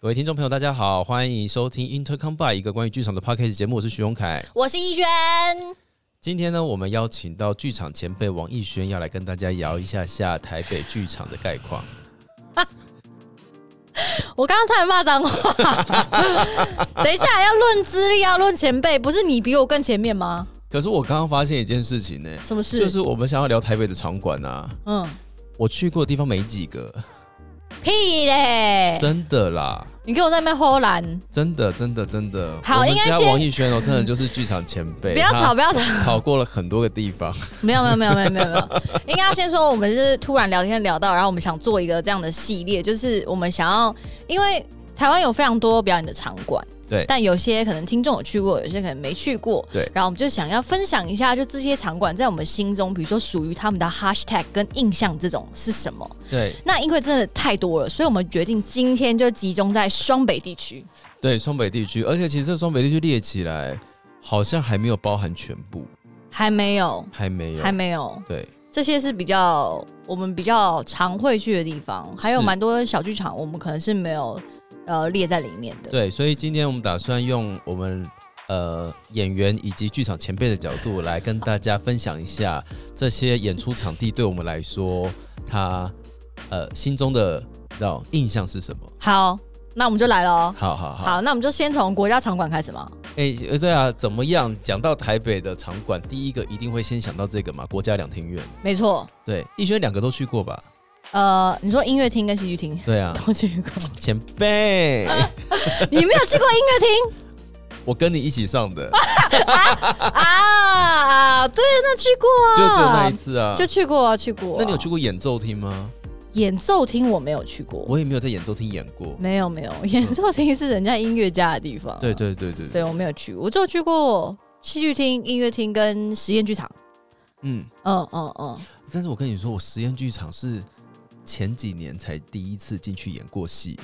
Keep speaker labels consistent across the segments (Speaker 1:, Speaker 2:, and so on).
Speaker 1: 各位听众朋友，大家好，欢迎收听 Intercom by 一个关于剧场的 podcast 节目，我是徐荣凯。
Speaker 2: 我是逸轩，
Speaker 1: 今天呢，我们邀请到剧场前辈王艺轩，要来跟大家聊一下下台北剧场的概况。
Speaker 2: 我刚刚差点骂脏话。 等一下，要论资历，要论前辈，不是你比我更前面吗？
Speaker 1: 可是我刚刚发现一件事情呢、
Speaker 2: 什么事？
Speaker 1: 就是我们想要聊台北的场馆啊，
Speaker 2: 嗯，
Speaker 1: 我去过的地方没几个，
Speaker 2: 屁嘞！
Speaker 1: 真的啦，
Speaker 2: 你给我在那边齁懒，
Speaker 1: 真的真的真的。
Speaker 2: 好
Speaker 1: 我们
Speaker 2: 应该
Speaker 1: 家
Speaker 2: 先
Speaker 1: 王艺轩哦，真的就是剧场前辈，
Speaker 2: 不要吵，
Speaker 1: 他
Speaker 2: 不要吵。
Speaker 1: 跑过了很多个地方，
Speaker 2: 没有没有没有没有没有没有，应该要先说我们是突然聊天聊到，然后我们想做一个这样的系列，就是我们想要，因为台湾有非常多表演的场馆，
Speaker 1: 对
Speaker 2: 但有些可能听众有去过，有些可能没去过，
Speaker 1: 对
Speaker 2: 然后我们就想要分享一下，就这些场馆在我们心中，比如说属于他们的 hashtag 跟印象这种是什么？
Speaker 1: 对
Speaker 2: 那因为真的太多了，所以我们决定今天就集中在双北地区。
Speaker 1: 对，双北地区，而且其实这双北地区列起来好像还没有包含全部，
Speaker 2: 还没有，
Speaker 1: 还没有，
Speaker 2: 还没有，
Speaker 1: 对
Speaker 2: 这些是比较我们比较常会去的地方，还有蛮多小剧场，我们可能是没有呃列在里面的。
Speaker 1: 对，所以今天我们打算用我们呃演员以及剧场前辈的角度来跟大家分享一下这些演出场地对我们来说，他呃心中的你知道印象是什么？
Speaker 2: 好，那我们就来了哦。
Speaker 1: 好好好，
Speaker 2: 好，那我们就先从国家场馆开始嘛。
Speaker 1: 哎、呃对啊，怎么样？讲到台北的场馆，第一个一定会先想到这个嘛，国家两厅院。
Speaker 2: 没错，
Speaker 1: 对，逸轩两个都去过吧？
Speaker 2: 呃，你说音乐厅跟戏剧厅
Speaker 1: 对 啊，
Speaker 2: 都去过，
Speaker 1: 前辈，
Speaker 2: 你没有去过音乐 厅
Speaker 1: 我跟你一起上的，
Speaker 2: 啊啊？对，那去过啊，
Speaker 1: 就只有那一次啊。
Speaker 2: 就去过啊，去过啊、
Speaker 1: 那你有去过演奏厅吗？
Speaker 2: 演奏厅？我没有去过，
Speaker 1: 我也没有在演奏厅演过。
Speaker 2: 没有没有， 演奏厅是人家音乐家的地方、
Speaker 1: 对对对对
Speaker 2: 对，我没有去，我就去过戏剧厅、音乐厅跟实验剧场。
Speaker 1: 嗯，
Speaker 2: 嗯嗯嗯，
Speaker 1: 但是我跟你说，我实验剧场是前几年才第一次进去演过戏。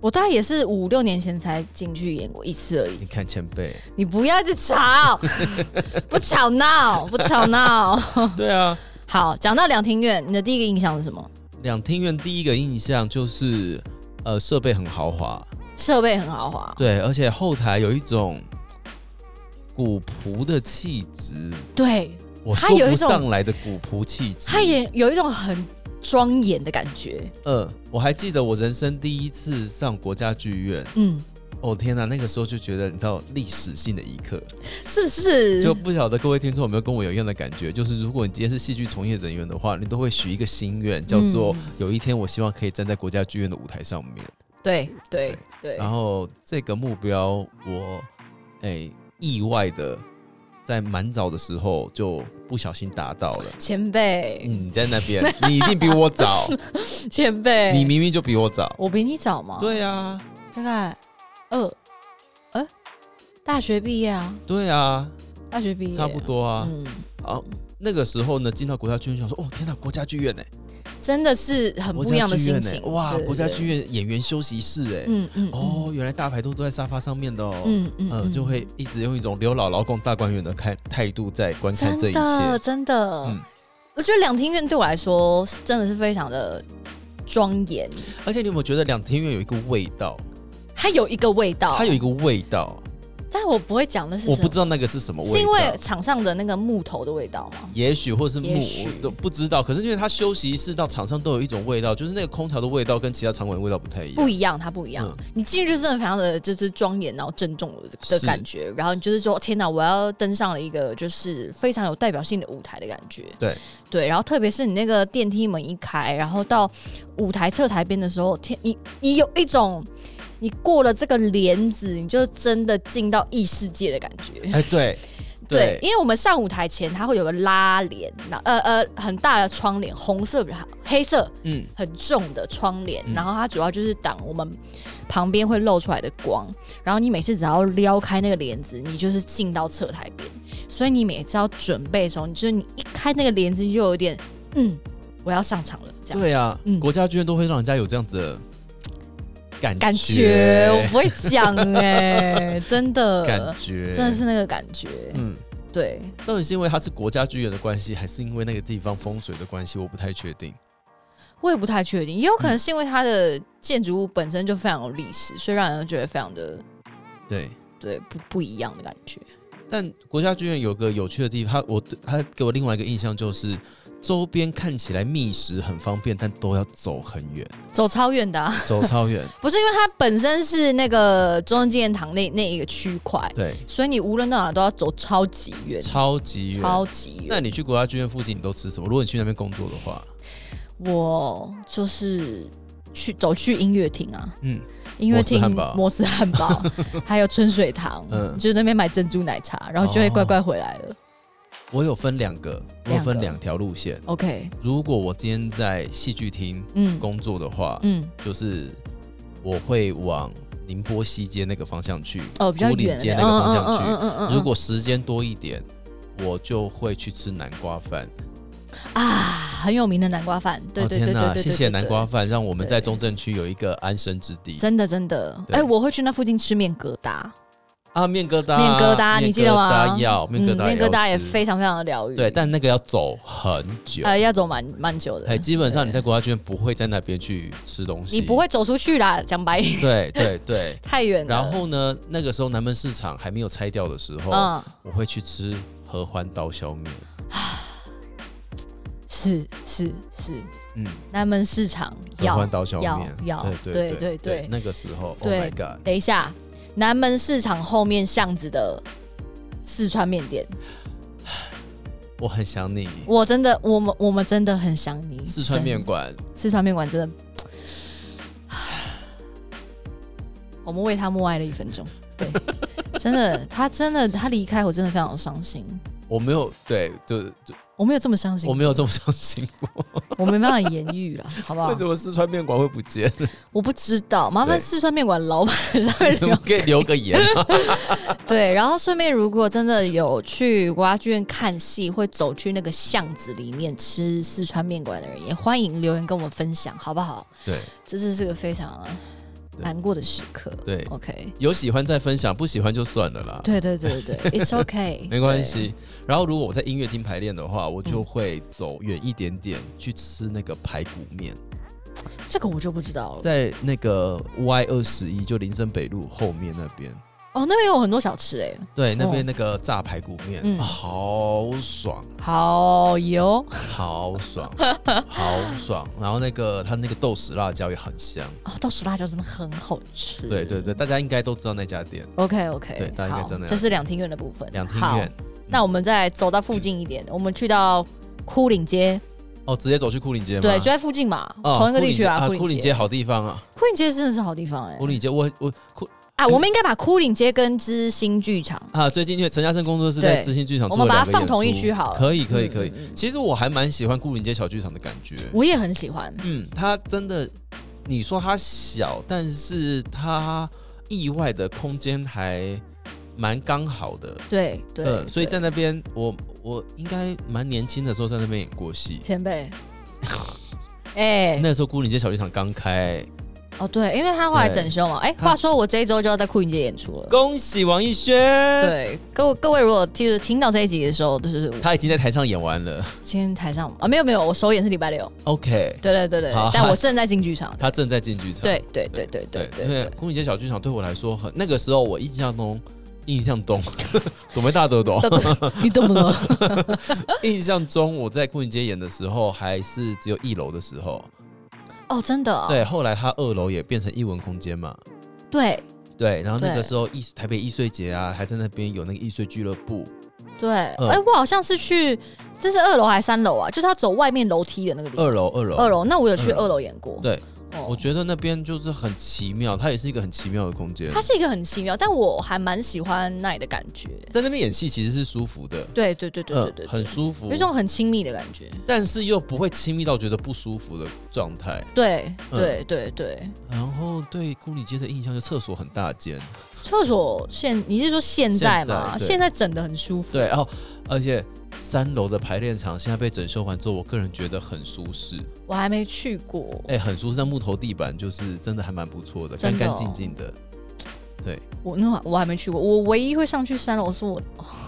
Speaker 2: 我大概也是五六年前才进去演过一次而已。
Speaker 1: 你看前辈，
Speaker 2: 你不要一直吵，不吵闹，不吵闹。
Speaker 1: 对啊，
Speaker 2: 好，讲到两厅院，你的第一个印象是什么？
Speaker 1: 两厅院第一个印象就是，呃，设备很豪华，
Speaker 2: 啊设备很豪华，
Speaker 1: 对，而且后台有一种古朴的气质，
Speaker 2: 对，
Speaker 1: 我
Speaker 2: 它
Speaker 1: 说
Speaker 2: 有一
Speaker 1: 不
Speaker 2: 种
Speaker 1: 上来的古朴气质。
Speaker 2: 它也有一种很庄严的感觉。
Speaker 1: 呃，我还记得我人生第一次上国家剧院，
Speaker 2: 嗯，
Speaker 1: 哦天哪，那个时候就觉得你知道历史性的一刻，
Speaker 2: 是不是？
Speaker 1: 就不晓得各位听众有没有跟我有一样的感觉，就是如果你今天是戏剧从业人员的话，你都会许一个心愿，叫做
Speaker 2: 嗯
Speaker 1: 有一天我希望可以站在国家剧院的舞台上面。
Speaker 2: 对对对，
Speaker 1: 然后这个目标我哎意外的在蛮早的时候就不小心达到了。
Speaker 2: 前辈，
Speaker 1: 嗯你在那 边，你一定比我早，
Speaker 2: 前辈，
Speaker 1: 你明明就比我早。
Speaker 2: 我比你早吗？
Speaker 1: 对啊，
Speaker 2: 大概二，呃，大学毕业啊，
Speaker 1: 对啊，
Speaker 2: 大学毕业、
Speaker 1: 差不、多啊。
Speaker 2: 嗯，
Speaker 1: 啊，那个时候呢，进到国家剧院，想说，哦，天哪，国家剧院呢、
Speaker 2: 真的是很不一样的心情。
Speaker 1: 欸哇，
Speaker 2: 对
Speaker 1: 国家，
Speaker 2: 对
Speaker 1: 剧院演员休息室哎、
Speaker 2: 对嗯嗯，
Speaker 1: 哦，原来大牌都坐在沙发上面的哦，嗯
Speaker 2: 嗯，嗯嗯
Speaker 1: 呃，就会一直用一种刘姥姥逛大观园的看态度在观看这
Speaker 2: 真
Speaker 1: 一
Speaker 2: 的
Speaker 1: 切，
Speaker 2: 真的，
Speaker 1: 嗯
Speaker 2: 我觉得两厅院对我来说是真的是非常的庄严，
Speaker 1: 而且你有没有觉得两厅院有一个味道？
Speaker 2: 它有一个味道，啊
Speaker 1: 它有一，个味道，
Speaker 2: 但我不会讲的哦是什么，
Speaker 1: 我不知道那个是什么味道，
Speaker 2: 是因为场上的那个木头的味道吗？
Speaker 1: 也许或是木
Speaker 2: 也许
Speaker 1: 我都不知道，可是因为它休息室到场上都有一种味道，就是那个空调的味道跟其他场馆的味道不太一
Speaker 2: 不
Speaker 1: 样。
Speaker 2: 一样，它不一样。
Speaker 1: 嗯
Speaker 2: 你进去就真的非常的就是庄严，然后郑重的的
Speaker 1: 是
Speaker 2: 感觉，然后你就是说天哪，我要登上了一个就是非常有代表性的舞台的感觉。
Speaker 1: 对
Speaker 2: 对，然后特别是你那个电梯门一开，然后到舞台侧台边的时候，天，你你有一种你过了这个帘子，你就真的进到异世界的感觉。
Speaker 1: 哎、对，对，
Speaker 2: 因为我们上舞台前，它会有个拉帘，那呃呃很大的窗帘，红色比较好黑色，
Speaker 1: 嗯，
Speaker 2: 很重的窗帘，
Speaker 1: 嗯
Speaker 2: 然后它主要就是挡我们旁边会露出来的光。然后你每次只要撩开那个帘子，你就是进到侧台边。所以你每次要准备的时候，你就是你一开那个帘子，你就有点嗯，我要上场了这样。
Speaker 1: 对啊，
Speaker 2: 嗯
Speaker 1: 国家剧院都会让人家有这样子的感觉
Speaker 2: 感觉我不会讲哎、真的，
Speaker 1: 感觉
Speaker 2: 真的是那个感觉。
Speaker 1: 嗯，
Speaker 2: 对，
Speaker 1: 到底是因为它是国家剧院的关系，还是因为那个地方风水的关系，我不太确定。
Speaker 2: 我也不太确定，也有可能是因为它的建筑物本身就非常有历史，所以让人觉得非常的
Speaker 1: 对，
Speaker 2: 对不不一样的感觉。
Speaker 1: 但国家剧院有个有趣的地方，它我它给我另外一个印象就是，周边看起来觅食很方便，但都要走很远，
Speaker 2: 走超远的、啊，
Speaker 1: 走超 远。
Speaker 2: 不是因为它本身是那个中正纪念堂那那一个区块，
Speaker 1: 对，
Speaker 2: 所以你无论到哪都要走超级远，
Speaker 1: 超级远。
Speaker 2: 超级
Speaker 1: 那
Speaker 2: 远。
Speaker 1: 你去国家剧院附近，你都吃什么？如果你去那边工作的话，
Speaker 2: 我就是去走去音乐厅啊，
Speaker 1: 嗯，
Speaker 2: 音乐厅
Speaker 1: 摩斯汉堡
Speaker 2: 摩斯汉 堡，还有春水堂，
Speaker 1: 嗯
Speaker 2: 就那边买珍珠奶茶，然后就会
Speaker 1: 哦
Speaker 2: 乖乖回来了。
Speaker 1: 我有分两个，我有
Speaker 2: 两
Speaker 1: 分
Speaker 2: 个
Speaker 1: 两条路线。
Speaker 2: OK，
Speaker 1: 如果我今天在戏剧厅
Speaker 2: 嗯
Speaker 1: 工作的话，
Speaker 2: 嗯，
Speaker 1: 就是我会往宁波西街那个方向去，
Speaker 2: 哦，比较
Speaker 1: 牯岭
Speaker 2: 远的
Speaker 1: 街那个方向去。
Speaker 2: 嗯嗯
Speaker 1: 如果时间多一点，我就会去吃南瓜饭。
Speaker 2: 啊，很有名的南瓜饭，对
Speaker 1: 哦
Speaker 2: 对
Speaker 1: 天
Speaker 2: 对对对
Speaker 1: 哪
Speaker 2: 对对
Speaker 1: 谢谢南瓜，饭，让我们
Speaker 2: 对
Speaker 1: 在中正区有一个安身之地。
Speaker 2: 真的真的，
Speaker 1: 对
Speaker 2: 哎，我会去那附近吃面疙瘩，
Speaker 1: 啊，面疙瘩，
Speaker 2: 面疙瘩你记得
Speaker 1: 面疙
Speaker 2: 吗嗯
Speaker 1: 瘩要面疙瘩，
Speaker 2: 面疙瘩也
Speaker 1: 吃
Speaker 2: 非常非常的疗愈，
Speaker 1: 对，但那个要走很久。
Speaker 2: 呃要走蛮蛮久
Speaker 1: 哎，
Speaker 2: 的，
Speaker 1: 基本上你在国家剧院不会在那边去吃东西，
Speaker 2: 你不。会走出去啦，讲白一点
Speaker 1: 对 对对。
Speaker 2: 太远了。
Speaker 1: 然后呢，那个时候南门市场还没有拆掉的时候，
Speaker 2: 嗯，
Speaker 1: 我会去吃合欢刀削面。
Speaker 2: 是是是，
Speaker 1: 嗯，
Speaker 2: 南门市场
Speaker 1: 合
Speaker 2: 要
Speaker 1: 欢刀削
Speaker 2: 要
Speaker 1: 面，
Speaker 2: 要
Speaker 1: 对
Speaker 2: 对
Speaker 1: 对
Speaker 2: 对
Speaker 1: 对
Speaker 2: 对，
Speaker 1: 那个时候，Oh
Speaker 2: 对
Speaker 1: my god，
Speaker 2: 等一下，南门市场后面巷子的四川面店，
Speaker 1: 我很想你。
Speaker 2: 我真的，我们我们真的很想你。
Speaker 1: 四川面
Speaker 2: 真
Speaker 1: 馆，
Speaker 2: 的，四川面馆真的， 我们为他默哀了一分钟。对，真的，他真的，他离开我真的非常伤心。
Speaker 1: 我没有对，就就
Speaker 2: 我没有这么伤心
Speaker 1: 我，没有这么伤心过。
Speaker 2: 我没办法言喻了，好不好
Speaker 1: 为？什么四川面馆会不 见？
Speaker 2: 我不知道，麻烦
Speaker 1: 对
Speaker 2: 四川面馆老板上面
Speaker 1: 你
Speaker 2: 留
Speaker 1: 们可以留个 言吗？
Speaker 2: 对，然后顺便如果真的有去国家剧院看戏，会走去那个巷子里面吃四川面馆的人，也欢迎留言跟我们分享，好不好？
Speaker 1: 对
Speaker 2: 这是这个非常难过的时刻。
Speaker 1: 对，
Speaker 2: OK，
Speaker 1: 有喜欢再分享，不喜欢就算了啦。
Speaker 2: 对对对对对，It's OK，
Speaker 1: 没关系。然后如果我在音乐厅排练的话，我
Speaker 2: 嗯
Speaker 1: 就会走远一点点去吃那个排骨面，
Speaker 2: 对。这个我就不知道了。
Speaker 1: 在那个 Y 二十一就林森北路后面那边。
Speaker 2: 哦，那边有很多小吃哎、
Speaker 1: 对，那边那个炸排骨面、
Speaker 2: 嗯
Speaker 1: 啊好爽，
Speaker 2: 好油
Speaker 1: 好 爽，好爽。然后那个它那个豆豉辣椒也很香。
Speaker 2: 哦，豆豉辣椒真的很好吃。
Speaker 1: 对对对，大家应该都知道那家店，
Speaker 2: ，OK OK，
Speaker 1: 对大家应该
Speaker 2: 好
Speaker 1: 知道那
Speaker 2: 这是两厅院的部分。
Speaker 1: 两厅
Speaker 2: 好
Speaker 1: 院。嗯
Speaker 2: 那我们再走到附近一点，我们去到枯岭街，
Speaker 1: 哦，直接走去牯岭街吗？
Speaker 2: 对，就在附近嘛，
Speaker 1: 哦
Speaker 2: 同一个地区啊。
Speaker 1: 牯岭街牯
Speaker 2: 枯
Speaker 1: 岭
Speaker 2: 岭
Speaker 1: 街，好地方啊，
Speaker 2: 枯岭街真的是好地方哎、
Speaker 1: 牯岭街，我我牯
Speaker 2: 啊，我们应该把枯岭街跟知新剧场，
Speaker 1: 啊，最近因为陈嘉生工作室在
Speaker 2: 对
Speaker 1: 知心剧场
Speaker 2: 我
Speaker 1: 做
Speaker 2: 们
Speaker 1: 了
Speaker 2: 把
Speaker 1: 两
Speaker 2: 它
Speaker 1: 个演出，
Speaker 2: 放同一区好了。
Speaker 1: 可以可以可以
Speaker 2: 嗯。嗯嗯
Speaker 1: 其实我还蛮喜欢牯岭街小剧场的感觉，
Speaker 2: 我也很喜欢。
Speaker 1: 嗯，它真的，你说它小，但是它意外的空间还蛮刚好的，
Speaker 2: 对对、
Speaker 1: 呃所以
Speaker 2: 对
Speaker 1: 在那边我我应该蛮年轻的时候在那边演过戏，
Speaker 2: 前辈，哎、
Speaker 1: 那时候牯岭街小剧场刚开，
Speaker 2: 哦对，因为他后来整修嘛。哎、
Speaker 1: 他
Speaker 2: 话说我这一周就要在酷影街演 出了。
Speaker 1: 恭喜王艺轩，，
Speaker 2: 对，各位各位，如果就是听到这一集的时候，就是
Speaker 1: 他已经在台上演完了
Speaker 2: 今天台上啊，没有没有，我首演是礼拜六。
Speaker 1: ，OK。
Speaker 2: 对对对对
Speaker 1: 好，
Speaker 2: 但我正在进剧场。
Speaker 1: 他正在进剧场。
Speaker 2: 对对对对对对
Speaker 1: 因为
Speaker 2: 对，
Speaker 1: 宫崎街小剧场对我来说很，那个时候我印象中，印象中， 我没大家都懂，
Speaker 2: 你懂不懂？
Speaker 1: 印象中我在宫崎街演的时候还是只有一楼的时候，
Speaker 2: 哦，真的、哦。
Speaker 1: 对，后来他二楼也变成艺文空间嘛，
Speaker 2: 对
Speaker 1: 对，然后那个
Speaker 2: 对
Speaker 1: 时候艺台北艺穗节啊，还在那边有那个艺穗俱乐部，
Speaker 2: 对，哎、
Speaker 1: 嗯
Speaker 2: 我好像是去，这是二楼还是三楼啊？就是他走外面楼梯的那个地方。
Speaker 1: 二楼二楼
Speaker 2: 二，楼，那我有去
Speaker 1: 二楼
Speaker 2: 二楼演过。
Speaker 1: 对
Speaker 2: 哦，
Speaker 1: 我觉得那边就是很奇妙，它也是一个很奇妙的空间
Speaker 2: 它，是一个很奇妙，但我还蛮喜欢那里的感觉。
Speaker 1: 在那边演戏其实是舒服的，
Speaker 2: 对对对对对对
Speaker 1: 嗯，很舒服嗯
Speaker 2: 有一，种很亲密的感觉。
Speaker 1: 但是又不会亲密到觉得不舒服的状态。
Speaker 2: 对
Speaker 1: 嗯
Speaker 2: 对对对，
Speaker 1: 然后对宫里街的印象就厕所很大间，
Speaker 2: 厕所现你是说现在吗？
Speaker 1: 现在对
Speaker 2: 现在整的很舒服。
Speaker 1: 对哦，而且三楼的排练场现在被整修完之后，我个人觉得很舒适，
Speaker 2: 我还没去过，
Speaker 1: 哎，很舒适。那木头地板就是真的还蛮不错的，
Speaker 2: 真
Speaker 1: 干
Speaker 2: 的
Speaker 1: 干
Speaker 2: 哦
Speaker 1: 净净的。对，
Speaker 2: 我那会我还没去过，我唯一会上去三楼是我。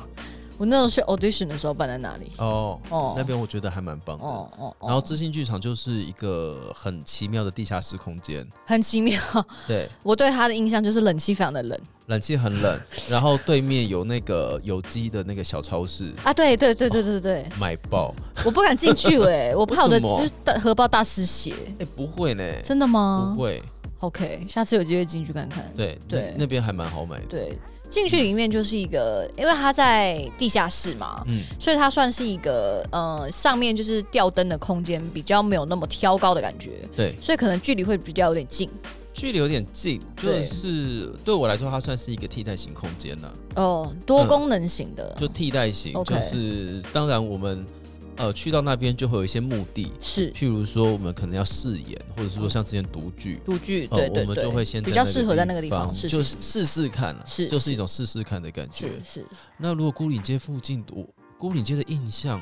Speaker 2: 我那时候去 audition 的时候办在那里。
Speaker 1: 哦，
Speaker 2: 哦
Speaker 1: 那边我觉得还蛮棒的。
Speaker 2: 哦哦哦，
Speaker 1: 然后知性剧场就是一个很奇妙的地下室空间，
Speaker 2: 很奇妙，
Speaker 1: 对，
Speaker 2: 我对他的印象就是冷气非常的冷
Speaker 1: 冷气很冷，然后对面有那个有机的那个小超市，
Speaker 2: 啊！对对对对对对，
Speaker 1: 买爆。
Speaker 2: 我不敢进去哎、我怕我的
Speaker 1: 为什么
Speaker 2: 就是大荷包大失血，
Speaker 1: 哎、不会呢，
Speaker 2: 真的吗
Speaker 1: 不会，
Speaker 2: ？OK，下次有机会进去看看。
Speaker 1: 对那
Speaker 2: 对
Speaker 1: 那边还蛮好买的。
Speaker 2: 对，进去里面就是一个，因为它在地下室嘛，
Speaker 1: 嗯，
Speaker 2: 所以它算是一个呃，上面就是吊灯的空间比较没有那么挑高的感觉，
Speaker 1: 对，
Speaker 2: 所以可能距离会比较有点近
Speaker 1: 距离有点近，就
Speaker 2: 对
Speaker 1: 是对我来说，它算是一个替代型空间了，
Speaker 2: 哦，多功能型的，
Speaker 1: 嗯就替代型，
Speaker 2: 哦 OK
Speaker 1: 就是当然我们呃去到那边就会有一些目的，
Speaker 2: 是
Speaker 1: 譬如说我们可能要试演，或者是说像之前独剧。
Speaker 2: 独具，
Speaker 1: 呃
Speaker 2: 嗯对对
Speaker 1: 我们
Speaker 2: 对，
Speaker 1: 就会先
Speaker 2: 比
Speaker 1: 在
Speaker 2: 较
Speaker 1: 那个
Speaker 2: 适合在那个地方，是
Speaker 1: 就是是试试看啊，
Speaker 2: 是
Speaker 1: 就是
Speaker 2: 是
Speaker 1: 一种试试看的感觉
Speaker 2: 是。是，
Speaker 1: 那如果孤岭街附近，我孤岭街的印象，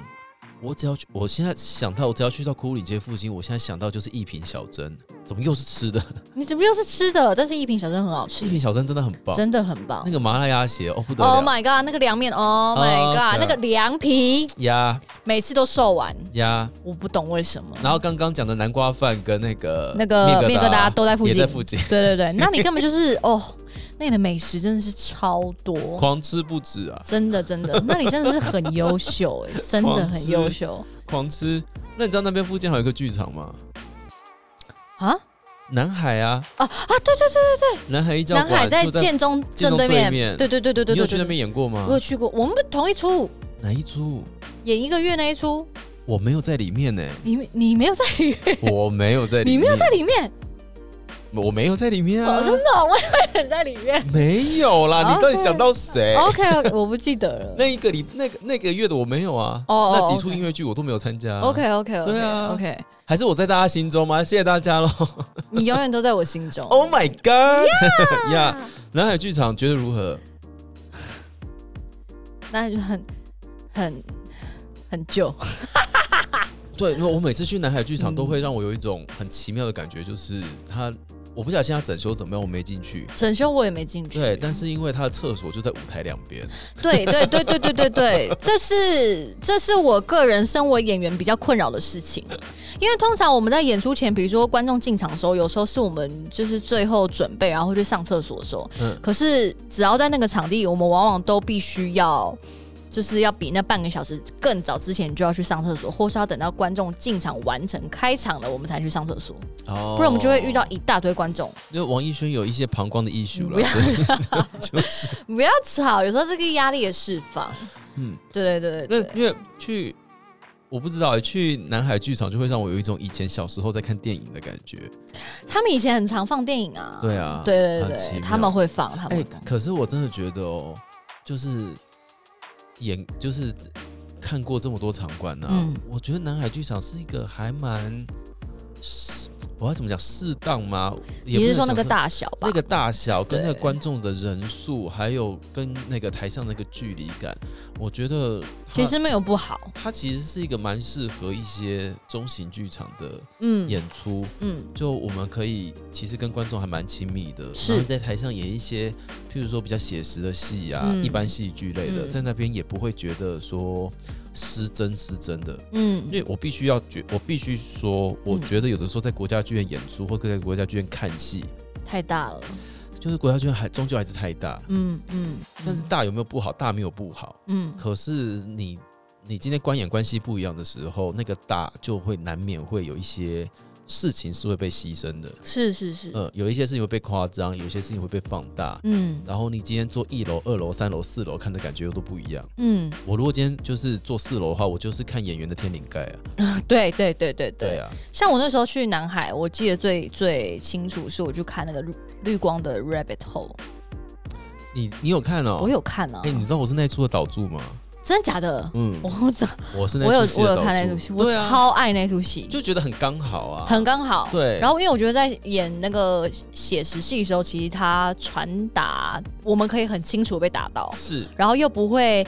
Speaker 1: 我只要去，我现在想到，我只要去到孤岭街附近，我现在想到就是一品小镇，怎么又是吃的？
Speaker 2: 你怎么又是吃的？但是一品小镇很好吃
Speaker 1: 一，品小镇真的很棒，
Speaker 2: 真的很棒
Speaker 1: 那。个麻辣鸭血哦不得
Speaker 2: Oh
Speaker 1: 了，
Speaker 2: my god，那个凉面，Oh my god，、
Speaker 1: 对啊
Speaker 2: 那个凉皮
Speaker 1: 鸭
Speaker 2: 每次都售完，
Speaker 1: 鸭，
Speaker 2: 我不懂为什么。
Speaker 1: 然后刚刚讲的南瓜饭跟那个
Speaker 2: 那个面
Speaker 1: 面啊
Speaker 2: 疙瘩都在附
Speaker 1: 也
Speaker 2: 近
Speaker 1: 在，附近，
Speaker 2: 对对 对，那你根本就是哦，那里的美食真的是超多，
Speaker 1: 狂吃不止啊，
Speaker 2: 真的真的，那里真的是很优秀哎、真的
Speaker 1: 狂
Speaker 2: 很
Speaker 1: 吃
Speaker 2: 优秀
Speaker 1: 狂吃。那你知道那边附近还有一个剧场吗？
Speaker 2: 啊！
Speaker 1: 南海啊
Speaker 2: 啊
Speaker 1: 啊对对对对对，南海一教
Speaker 2: 南海
Speaker 1: 馆
Speaker 2: 在
Speaker 1: 就
Speaker 2: 建中
Speaker 1: 建
Speaker 2: 正
Speaker 1: 中
Speaker 2: 对面，
Speaker 1: 面，
Speaker 2: 对对对对对
Speaker 1: 你有
Speaker 2: 对
Speaker 1: 去那
Speaker 2: 对
Speaker 1: 边
Speaker 2: 对，
Speaker 1: 演过吗
Speaker 2: 我？有去过，我们同一出
Speaker 1: 哪一出？
Speaker 2: 演一个月那一出，
Speaker 1: 我没有在里面 呢、
Speaker 2: 你你没有在里面，
Speaker 1: 我没有在里
Speaker 2: 你
Speaker 1: 面，
Speaker 2: 没有在哦里面，
Speaker 1: 我没有在里面啊
Speaker 2: 我，真的我以为你在里 面。
Speaker 1: 没有
Speaker 2: 哦
Speaker 1: 啦，你到底想到谁？
Speaker 2: OK，我不记得了。
Speaker 1: 那一个礼那个那个月的我没有啊，
Speaker 2: 哦哦
Speaker 1: 那几出
Speaker 2: OK
Speaker 1: 音乐剧我都没有参加。
Speaker 2: OK OK
Speaker 1: 对啊
Speaker 2: OK OK，
Speaker 1: 还是我在大家心中吗？谢谢大家喽
Speaker 2: 你永远都在我心中。
Speaker 1: ！Oh my god！呀， 南海剧场觉得如何？
Speaker 2: 那就很很很旧。
Speaker 1: 对，因为我每次去南海剧场
Speaker 2: 嗯
Speaker 1: 都会让我有一种很奇妙的感觉，就是它，我不晓得现在整修怎么样，我没进去。
Speaker 2: 整修我也没进去。
Speaker 1: 对，但是因为它的厕所就在舞台两边，
Speaker 2: 对对对对对对对，这是这是我个人身为演员比较困扰的事情，因为通常我们在演出前，比如说观众进场的时候，有时候是我们就是最后准备，然后去上厕所的时候，
Speaker 1: 嗯
Speaker 2: 可是只要在那个场地，我们往往都必须要。就是要比那半个小时更早之前就要去上厕所，或是要等到观众进场完成开场了，我们才去上厕所，
Speaker 1: 哦，
Speaker 2: 不然我们就会遇到一大堆观众。
Speaker 1: 因为王一轩有一些膀胱的 issue
Speaker 2: 不
Speaker 1: 了，
Speaker 2: 要
Speaker 1: 所以 就是
Speaker 2: 不要吵，有时候这个压力也释放。
Speaker 1: 嗯，
Speaker 2: 对对对
Speaker 1: 那
Speaker 2: 对对，
Speaker 1: 因为去，我不知道欸去南海剧场就会让我有一种以前小时候在看电影的感觉。
Speaker 2: 他们以前很常放电影啊。
Speaker 1: 对啊，
Speaker 2: 对对
Speaker 1: 很奇
Speaker 2: 对，
Speaker 1: 妙
Speaker 2: 他们会放，他
Speaker 1: 哎、
Speaker 2: 们会放。
Speaker 1: 可是我真的觉得哦，就是演就是看过这么多场馆啊，
Speaker 2: 嗯
Speaker 1: 我觉得南海剧场是一个还蛮适，我要怎么讲适当吗？也
Speaker 2: 你
Speaker 1: 不能
Speaker 2: 是说那
Speaker 1: 讲
Speaker 2: 个大小吧？
Speaker 1: 那个大小跟那个
Speaker 2: 对
Speaker 1: 观众的人数，还有跟那个台上那个距离感，我觉得它
Speaker 2: 其实没有不好，
Speaker 1: 它其实是一个蛮适合一些中型剧场的
Speaker 2: 嗯
Speaker 1: 演出，
Speaker 2: 嗯，
Speaker 1: 就我们可以其实跟观众还蛮亲密的，
Speaker 2: 是
Speaker 1: 然后在台上演一些，譬如说比较写实的戏啊，
Speaker 2: 嗯
Speaker 1: 一般戏剧类的，
Speaker 2: 嗯
Speaker 1: 在那边也不会觉得说失真失真的。因
Speaker 2: 嗯
Speaker 1: 为我必须要觉，我必须说，我
Speaker 2: 嗯
Speaker 1: 觉得有的时候在国家剧院演出，或者在国家剧院看戏，
Speaker 2: 太大了，
Speaker 1: 就是国家剧院还终究还是太大。
Speaker 2: 嗯嗯，
Speaker 1: 但是大有没有不好？大没有不好。
Speaker 2: 嗯
Speaker 1: 可是你你今天观演关系不一样的时候，那个大就会难免会有一些事情是会被牺牲的，
Speaker 2: 是是是，
Speaker 1: 呃，有一些事情会被夸张，有一些事情会被放大。
Speaker 2: 嗯
Speaker 1: 然后你今天坐一楼、二楼、三楼、四楼看的感觉又都不一样。
Speaker 2: 嗯，
Speaker 1: 我如果今天就是坐四楼的话，我就是看演员的天灵盖啊。
Speaker 2: 对对对对对。
Speaker 1: 啊，
Speaker 2: 像我那时候去南海，我记得最最清楚是我去看那个绿绿光的 Rabbit Hole，
Speaker 1: 你你有看哦？
Speaker 2: 我。有看啊
Speaker 1: 哎、，你知道我是那一出的导助吗？
Speaker 2: 真的假的？
Speaker 1: 嗯，
Speaker 2: 我知道
Speaker 1: 我是那
Speaker 2: 我有
Speaker 1: 出戏
Speaker 2: 我
Speaker 1: 的
Speaker 2: 有
Speaker 1: 导
Speaker 2: 看那出
Speaker 1: 助
Speaker 2: 戏，我
Speaker 1: 对啊，
Speaker 2: 超爱那出戏，
Speaker 1: 就觉得很刚好啊，
Speaker 2: 很刚好。
Speaker 1: 对
Speaker 2: 然后因为我觉得在演那个写实戏的时候，其实它传达我们可以很清楚地被打到，
Speaker 1: 是
Speaker 2: 然后又不会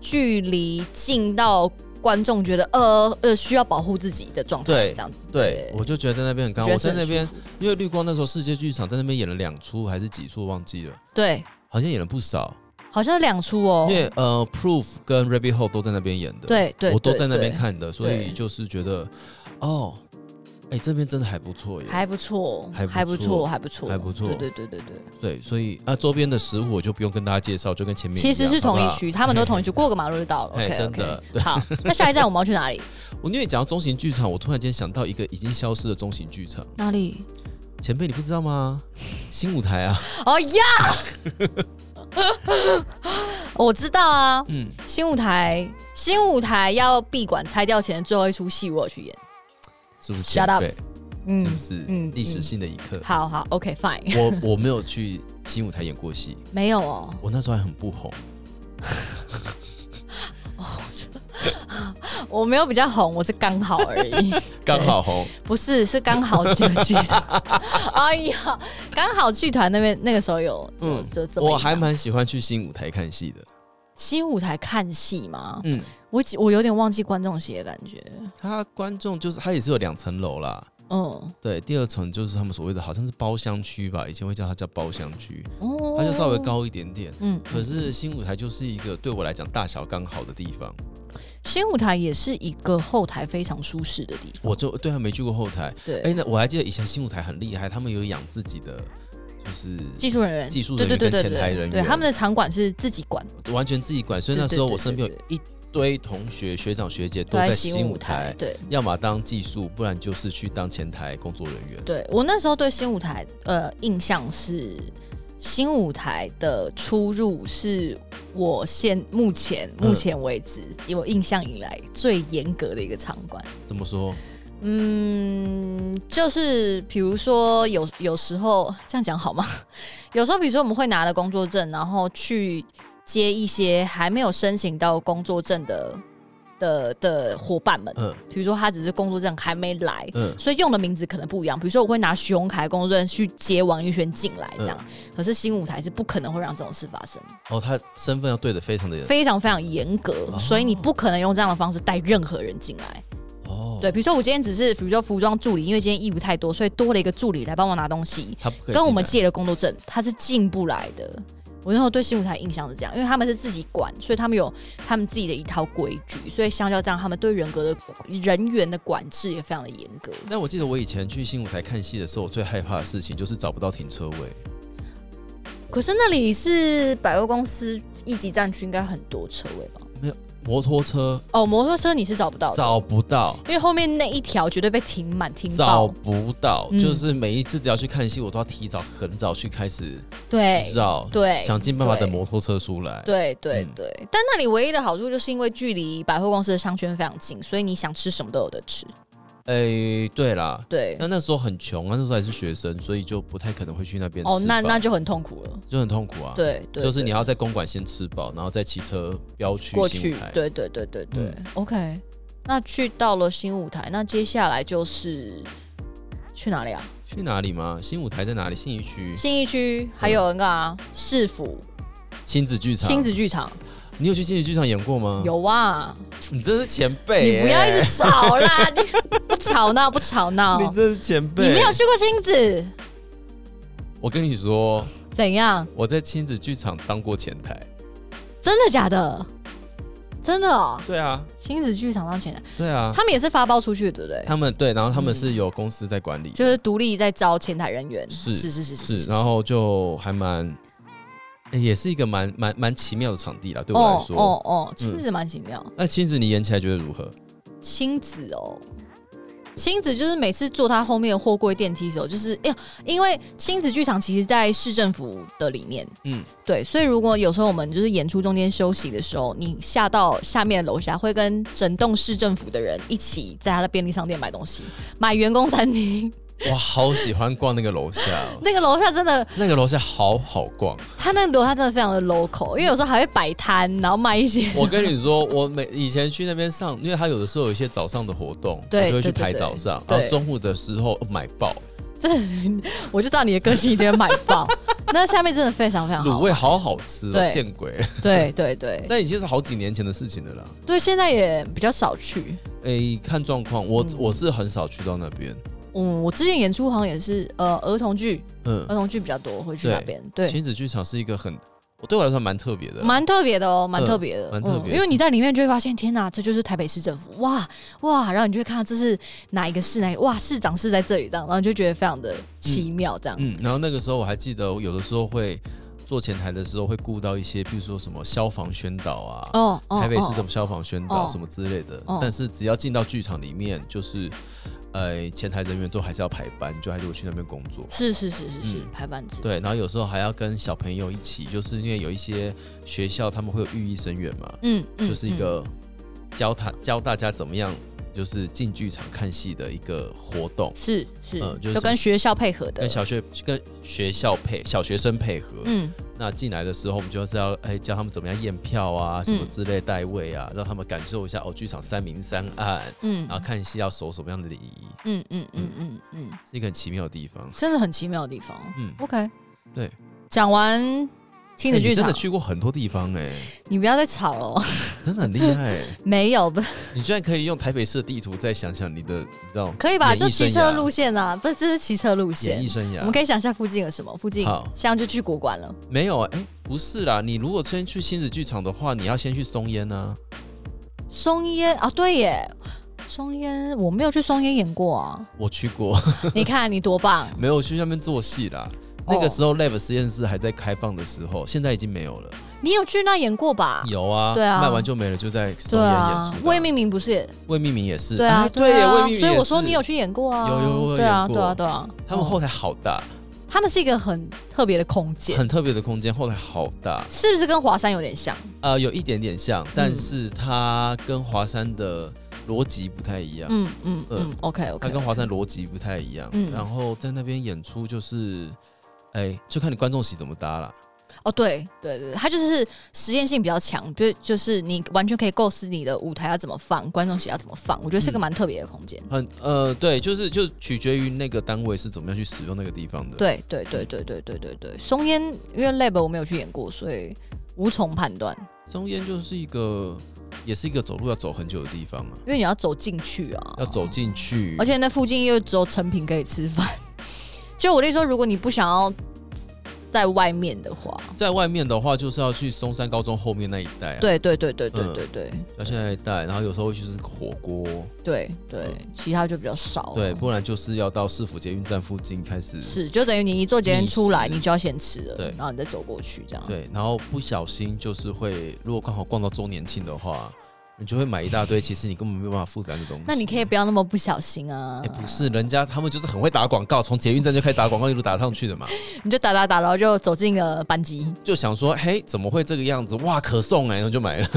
Speaker 2: 距离近到观众觉得呃呃需要保护自己的状态，
Speaker 1: 对
Speaker 2: 这样子。
Speaker 1: 对，我就觉得在那边很刚好。
Speaker 2: 觉
Speaker 1: 我
Speaker 2: 得是
Speaker 1: 在那
Speaker 2: 很舒
Speaker 1: 边
Speaker 2: 服
Speaker 1: 因为绿光那时候世界剧场在那边演了两出还是几出忘记了，
Speaker 2: 对
Speaker 1: 好像演了不少。
Speaker 2: 好像是两出哦
Speaker 1: 因。为呃，Proof 跟 Rabbit Hole 都在那边演的，
Speaker 2: 对对，
Speaker 1: 我都
Speaker 2: 对
Speaker 1: 在那边，
Speaker 2: 对
Speaker 1: 看的，所以
Speaker 2: 对
Speaker 1: 就是觉得，哦，哎、这边真的还不错耶，
Speaker 2: 还不错，
Speaker 1: 还不
Speaker 2: 还不
Speaker 1: 错
Speaker 2: 错，还不错，
Speaker 1: 还不错
Speaker 2: 对对对对对，
Speaker 1: 对，所以啊，周边的食物我就不用跟大家介绍，就跟前面
Speaker 2: 其实
Speaker 1: 样
Speaker 2: 是同一
Speaker 1: 好不好
Speaker 2: 区，他们都同 一区，过个马路就到了。
Speaker 1: 哎
Speaker 2: OK
Speaker 1: 真的
Speaker 2: OK，好，那下一站我们要去哪 里？
Speaker 1: 我因为讲到中型剧场，我突然间想到一个已经消失的中型剧场，
Speaker 2: 哪里？
Speaker 1: 前辈你不知道吗？新舞台 啊，
Speaker 2: 哦呀，我知道啊，
Speaker 1: 嗯，
Speaker 2: 新舞台，新舞台要闭馆拆掉前的最后一出戏，我有去演。
Speaker 1: 是不是
Speaker 2: Shut
Speaker 1: 前
Speaker 2: up
Speaker 1: 辈？是
Speaker 2: 嗯
Speaker 1: 不，是
Speaker 2: 嗯
Speaker 1: 历史性的一刻？
Speaker 2: 好好，OK fine，
Speaker 1: 我我没有去新舞台演过戏，
Speaker 2: 没有哦，
Speaker 1: 我那时候还很不红，
Speaker 2: 我没有比较红，我是刚好而已，
Speaker 1: 刚好 红，
Speaker 2: 不是是刚好剧剧团。哎呀，刚好剧团那边那个时候有，
Speaker 1: 嗯
Speaker 2: 嗯，就这么一
Speaker 1: 我还
Speaker 2: 档
Speaker 1: 蛮喜欢去新舞台看戏的。
Speaker 2: 新舞台看戏嘛，
Speaker 1: 嗯，
Speaker 2: 我几我有点忘记观众席的感觉，
Speaker 1: 他观众就是他也是有两层楼啦，
Speaker 2: 嗯，
Speaker 1: 对，第二层就是他们所谓的好像是包厢区吧，以前会叫它叫包厢区，
Speaker 2: 哦
Speaker 1: 它就稍微，高一点点。
Speaker 2: 嗯，
Speaker 1: 可是新舞台就是一个对我来讲大小刚好的地方，
Speaker 2: 新舞台也是一个后台非常舒适的地方，
Speaker 1: 我就对他没去过后台。
Speaker 2: 对，
Speaker 1: 哎、那我还记得以前新舞台很厉害，他们有养自己的，就是
Speaker 2: 技术人员，
Speaker 1: 技术
Speaker 2: 对
Speaker 1: 人员
Speaker 2: 对对
Speaker 1: 跟
Speaker 2: 对
Speaker 1: 前
Speaker 2: 对
Speaker 1: 台人
Speaker 2: 对，
Speaker 1: 员
Speaker 2: 他们的场馆是自己管，
Speaker 1: 完全自己管，所以
Speaker 2: 对
Speaker 1: 那时候
Speaker 2: 对对
Speaker 1: 我身边有一堆同学、学长、学姐都在
Speaker 2: 在
Speaker 1: 新
Speaker 2: 舞
Speaker 1: 舞台，
Speaker 2: 对。
Speaker 1: 要么当技术，不然就是去当前台工作人员。
Speaker 2: 对我那时候对新舞台呃印象是，新舞台的出入是我现目前
Speaker 1: 嗯
Speaker 2: 目前为止、有印象以来最严格的一个场馆。
Speaker 1: 怎么说？
Speaker 2: 嗯，就是比如说有有时候这样讲好吗？ 有时候比如说我们会拿了工作证，然后去接一些还没有申请到工作证的的的伙伴们，
Speaker 1: 嗯
Speaker 2: 比如说他只是工作证还没来，
Speaker 1: 嗯，
Speaker 2: 所以用的名字可能不一样。比如说，我会拿徐荣凯工作人去接王一轩进来这
Speaker 1: 嗯
Speaker 2: 样，可是新舞台是不可能会让这种事发生，
Speaker 1: 哦，他身份要对的非常的
Speaker 2: 非常非常严格，
Speaker 1: 哦
Speaker 2: 所以你不可能用这样的方式带任何人进来。
Speaker 1: 哦，
Speaker 2: 对，比如说我今天只是比如说服装助理，因为今天衣服太多，所以多了一个助理来帮我拿东西，
Speaker 1: 他不可以
Speaker 2: 跟我
Speaker 1: 进
Speaker 2: 们
Speaker 1: 来
Speaker 2: 借了工作证，他是进不来的。我那时候对新舞台印象是这样，因为他们是自己管，所以他们有他们自己的一套规矩，所以相较这样，他们对人格的人员的管制也非常的严格。
Speaker 1: 那我记得我以前去新舞台看戏的时候，我最害怕的事情就是找不到停车位。
Speaker 2: 可是那里是百货公司一级战区，应该很多车位吧？
Speaker 1: 摩托车
Speaker 2: 哦，摩托车你是找不到的，
Speaker 1: 找不到，
Speaker 2: 因为后面那一条绝对被停满停
Speaker 1: 找
Speaker 2: 爆。
Speaker 1: 不到，
Speaker 2: 嗯
Speaker 1: 就是每一次只要去看戏，我都要提早很早去开始
Speaker 2: 对
Speaker 1: 绕，
Speaker 2: 对
Speaker 1: 想尽办法
Speaker 2: 对
Speaker 1: 等摩托车出来。
Speaker 2: 对对
Speaker 1: 嗯
Speaker 2: 对，但那里唯一的好处就是因为距离百货公司的商圈非常近，所以你想吃什么都有得吃。
Speaker 1: 哎，对啦，
Speaker 2: 对
Speaker 1: 那，那时候很穷啊，那时候还是学生，所以就不太可能会去那边吃
Speaker 2: 哦，那
Speaker 1: 吧
Speaker 2: 那就很痛苦了。
Speaker 1: 就很痛苦啊。，
Speaker 2: 对对，
Speaker 1: 就是
Speaker 2: 对
Speaker 1: 你要在公馆先吃饱，然后再骑车飙去
Speaker 2: 过
Speaker 1: 新
Speaker 2: 去
Speaker 1: 舞台，。
Speaker 2: 对对对对对、
Speaker 1: 嗯
Speaker 2: o k 那去到了新舞台，那接下来就是去哪里啊？
Speaker 1: 去哪里吗？新舞台在哪里？信义区
Speaker 2: 信义区，
Speaker 1: 嗯
Speaker 2: 还有那个啊，市府
Speaker 1: 亲子剧场。
Speaker 2: 亲子剧场
Speaker 1: 你有去亲子剧场演过吗？，
Speaker 2: 有啊，
Speaker 1: 你真是前辈、欸
Speaker 2: 你不要一直吵 啦，你不吵闹不吵闹，
Speaker 1: 哎你真是前辈。欸
Speaker 2: 你没有去过亲子，
Speaker 1: 我跟你说，
Speaker 2: 怎样？
Speaker 1: 我在亲子剧场当过前台。
Speaker 2: 真的假的？真的哦，
Speaker 1: 对啊，
Speaker 2: 亲子剧场当前台，
Speaker 1: 对啊。
Speaker 2: 他们也是发包出去的，对不对？
Speaker 1: 他们对，然后他们是有公司在管理，
Speaker 2: 就是独立在招前台人员，
Speaker 1: 是
Speaker 2: 是是是
Speaker 1: 是，然后就还蛮，诶也是一个蛮蛮蛮奇妙的场地啦，对我来
Speaker 2: 哦
Speaker 1: 说。嗯
Speaker 2: 哦哦，亲子蛮奇妙，
Speaker 1: 那亲子你演起来觉得如何？
Speaker 2: 亲子哦。亲子就是每次坐他后面的货柜电梯的时候，就是哎呀，因为亲子剧场其实，在市政府的里面，
Speaker 1: 嗯，
Speaker 2: 对，所以如果有时候我们就是演出中间休息的时候，你下到下面楼下，会跟整栋市政府的人一起在他的便利商店买东西，买员工餐厅。，
Speaker 1: 我好喜欢逛那个楼下哦
Speaker 2: 那个楼下真的，
Speaker 1: 那个楼下好好逛。哦
Speaker 2: 他那个楼下真的非常的 local，因为有时候还会摆摊，然后卖一些。
Speaker 1: 我跟你说，我每以前去那边上，因为他有的时候有一些早上的活动，
Speaker 2: 对
Speaker 1: 我就会去
Speaker 2: 对对
Speaker 1: 排
Speaker 2: 对
Speaker 1: 早上，
Speaker 2: 对
Speaker 1: 然后中午的时候买爆
Speaker 2: 我就知道你的个性一定会买爆。 那下面真的非常非常
Speaker 1: 卤
Speaker 2: 好，
Speaker 1: 味，好好吃哦，
Speaker 2: 对
Speaker 1: 见鬼！
Speaker 2: 对 对对
Speaker 1: 但已经是好几年前的事情了啦。
Speaker 2: 对，现在也比较少去。
Speaker 1: 诶、看状况，我、
Speaker 2: 嗯
Speaker 1: 我是很少去到那边。
Speaker 2: 嗯，我之前演出好像也是呃儿童剧，
Speaker 1: 嗯
Speaker 2: 儿，童剧比较多，会去
Speaker 1: 对
Speaker 2: 那边。对，
Speaker 1: 亲子剧场是一个很我对我来说蛮特别的。
Speaker 2: 蛮特别的哦，蛮
Speaker 1: 嗯
Speaker 2: 特别的，
Speaker 1: 蛮特别
Speaker 2: 因为
Speaker 1: 是
Speaker 2: 你在里面就会发现，天哪，这就是台北市政府，哇哇，然后你就会看到这是哪一个市，哪一个哇市长是在这里这样，然后你就觉得非常的奇妙这样。
Speaker 1: 嗯，然后那个时候我还记得，我有的时候会做前台的时候会顾到一些，譬如说什么消防宣导啊，
Speaker 2: 哦哦，
Speaker 1: 台北市
Speaker 2: 哦
Speaker 1: 政府消防宣导
Speaker 2: 哦
Speaker 1: 什么之类的。
Speaker 2: 哦
Speaker 1: 但是只要进到剧场里面，就是呃前台人员都还是要排班，你就还是会去那边工作。
Speaker 2: 是是是是是
Speaker 1: 嗯
Speaker 2: 排班制，
Speaker 1: 对，然后有时候还要跟小朋友一起，就是因为有一些学校他们会有寓意生源嘛，
Speaker 2: 嗯嗯，
Speaker 1: 就是一个教他教大家怎么样就是进剧场看戏的一个活动
Speaker 2: 嗯。是是
Speaker 1: 呃，就是
Speaker 2: 就跟学校配合的
Speaker 1: 跟，小学跟学校配小学生配合，
Speaker 2: 嗯
Speaker 1: 那进来的时候，我们就是要哎教他们怎么样验票啊，什么
Speaker 2: 嗯
Speaker 1: 之类代位啊，让他们感受一下哦，剧场三明三暗，
Speaker 2: 嗯
Speaker 1: 然后看戏要守什么样的礼仪，
Speaker 2: 嗯嗯嗯嗯嗯，
Speaker 1: 是一个很奇妙的地方。
Speaker 2: 真的很奇妙的地方。
Speaker 1: 嗯，
Speaker 2: OK，
Speaker 1: 对，
Speaker 2: 讲完亲子
Speaker 1: 哎
Speaker 2: 剧
Speaker 1: 你真的，
Speaker 2: 场
Speaker 1: 去过很多地方哎、
Speaker 2: 你不要再吵了哦，
Speaker 1: 真的很厉害、
Speaker 2: 没有不
Speaker 1: 你居然可以用台北市的地图再想想你的，你知道
Speaker 2: 可以吧？
Speaker 1: 演艺
Speaker 2: 就骑车
Speaker 1: 生涯
Speaker 2: 路线啊，不是这是骑车路
Speaker 1: 演
Speaker 2: 线
Speaker 1: 艺。生涯，
Speaker 2: 我们可以想一下附近有什么？附近
Speaker 1: 好
Speaker 2: 像就去国馆了。
Speaker 1: 没有哎、不是啦，你如果先去亲子剧场的话，你要先去松烟啊，
Speaker 2: 松烟啊，对耶，松烟我没有去松烟演过啊。
Speaker 1: 我去过，
Speaker 2: 你看你多棒，
Speaker 1: 没有我去那边做戏啦。那个
Speaker 2: 哦
Speaker 1: 时候 Lab 实验室还在开放的时候，现在已经没有了。
Speaker 2: 你有去那演过吧？
Speaker 1: 有啊，
Speaker 2: 对啊
Speaker 1: 卖完就没了，就在松
Speaker 2: 对
Speaker 1: 烟
Speaker 2: 啊
Speaker 1: 演出，的。
Speaker 2: 魏明明不是也
Speaker 1: 魏命名也是，
Speaker 2: 对啊
Speaker 1: 哎对耶
Speaker 2: 啊
Speaker 1: 魏命名，
Speaker 2: 所以
Speaker 1: 也
Speaker 2: 我说
Speaker 1: 是
Speaker 2: 你有，去演过啊，
Speaker 1: 有有我有
Speaker 2: 对啊
Speaker 1: 演过
Speaker 2: 对啊对啊，
Speaker 1: 他们
Speaker 2: 哦
Speaker 1: 后台好大，
Speaker 2: 他们是一个很特别的空间，
Speaker 1: 很特别的空间，后台好大，
Speaker 2: 是不是跟华山有点像？
Speaker 1: 呃，有一点点像，
Speaker 2: 嗯
Speaker 1: 但是它跟华山的逻辑不太一样，
Speaker 2: 嗯嗯
Speaker 1: 呃
Speaker 2: 嗯，OK
Speaker 1: 它
Speaker 2: OK，
Speaker 1: 跟华山逻辑不太一样，
Speaker 2: 嗯
Speaker 1: 然后在那边演出就是，哎，就看你观众席怎么搭啦。
Speaker 2: 哦对对对，对它就是实验性比较强，就就是你完全可以构思你的舞台要怎么放，观众席要怎么放，我觉得是个
Speaker 1: 嗯
Speaker 2: 蛮特别的空间。
Speaker 1: 很呃，对，就是就取决于那个单位是怎么样去使用那个地方的，，
Speaker 2: 对对对对对对对对，松烟因为 lab 我没有去演过，所以无从判断，
Speaker 1: 松烟就是一个，也是一个走路要走很久的地方啊，
Speaker 2: 因为你要走进去啊，
Speaker 1: 要走，进去，
Speaker 2: 而且那附近又只有成品可以吃饭。就我的意思说，如果你不想要在外面的话，
Speaker 1: 在外面的话，就是要去松山高中后面那一带、啊，，
Speaker 2: 对对对对对
Speaker 1: 嗯
Speaker 2: 对对
Speaker 1: 要去那一带，然后有时候会去吃火锅，
Speaker 2: 对对，其他就比较少了。
Speaker 1: 嗯对，不然就是要到市府捷运站附近开始，
Speaker 2: 哦是就等于你一坐捷运出来，
Speaker 1: 觅食
Speaker 2: 你就要先吃了，
Speaker 1: 对
Speaker 2: 然后你再走过去这样。
Speaker 1: 对，然后不小心就是会，如果刚好逛到周年庆的话，你就会买一大堆，其实你根本没有办法负担的东西。
Speaker 2: 那你可以不要那么不小心啊
Speaker 1: 哎、，不是，人家他们就是很会打广告，从捷运站就开始打广告，一路打上去的嘛。
Speaker 2: 你就打打打，然后就走进了 班级。
Speaker 1: 就想说，嘿，怎么会这个样子？哇，可送哎、然后就买了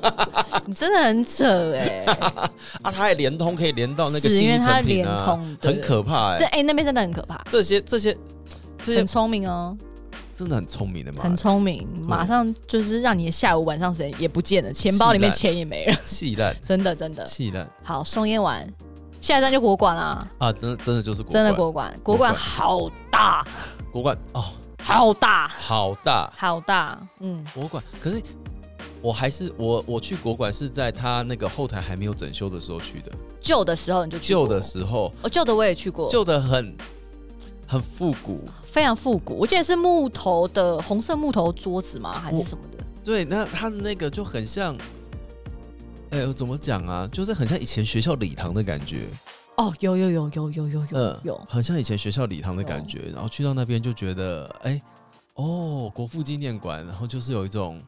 Speaker 2: 你真的很扯哎、
Speaker 1: 啊！它还联通可以连到那个
Speaker 2: 是
Speaker 1: 新
Speaker 2: 因为
Speaker 1: 一
Speaker 2: 它
Speaker 1: 成品
Speaker 2: 联
Speaker 1: 啊
Speaker 2: 通，对
Speaker 1: 很可怕哎、
Speaker 2: 这哎、那边真的很可怕，
Speaker 1: 这些这些这
Speaker 2: 很
Speaker 1: 些
Speaker 2: 聪明哦，
Speaker 1: 真的很聪明的嘛，
Speaker 2: 很聪明，马上就是让你的下午晚上时间也不见了，钱包里面钱也 没了，
Speaker 1: 气烂，
Speaker 2: 真的真的。
Speaker 1: 气烂
Speaker 2: 好，松烟完，下一站就国馆啦，
Speaker 1: 啊！真的真的就是国
Speaker 2: 真的
Speaker 1: 馆
Speaker 2: 国馆，
Speaker 1: 国
Speaker 2: 国馆
Speaker 1: 馆
Speaker 2: 好大，
Speaker 1: 国馆哦，
Speaker 2: 好大，
Speaker 1: 好大
Speaker 2: 好大，嗯，
Speaker 1: 国馆。可是我还是我我去国馆是在他那个后台还没有整修的时候去的，
Speaker 2: 旧的时候你就去过，
Speaker 1: 旧的时候
Speaker 2: 哦，旧的我也去过，
Speaker 1: 旧的很很复古。
Speaker 2: 非常复古，我记得是木头的红色木头桌子吗，还是什么的？
Speaker 1: 对，那他的那个就很像，哎、呦，怎么讲啊？就是很像以前学校礼堂的感觉，
Speaker 2: 哦，有有有有有有有
Speaker 1: 嗯，
Speaker 2: 有，
Speaker 1: 很像以前学校礼堂的感觉。然后去到那边就觉得，哎、哦，国父纪念馆，然后就是有一种。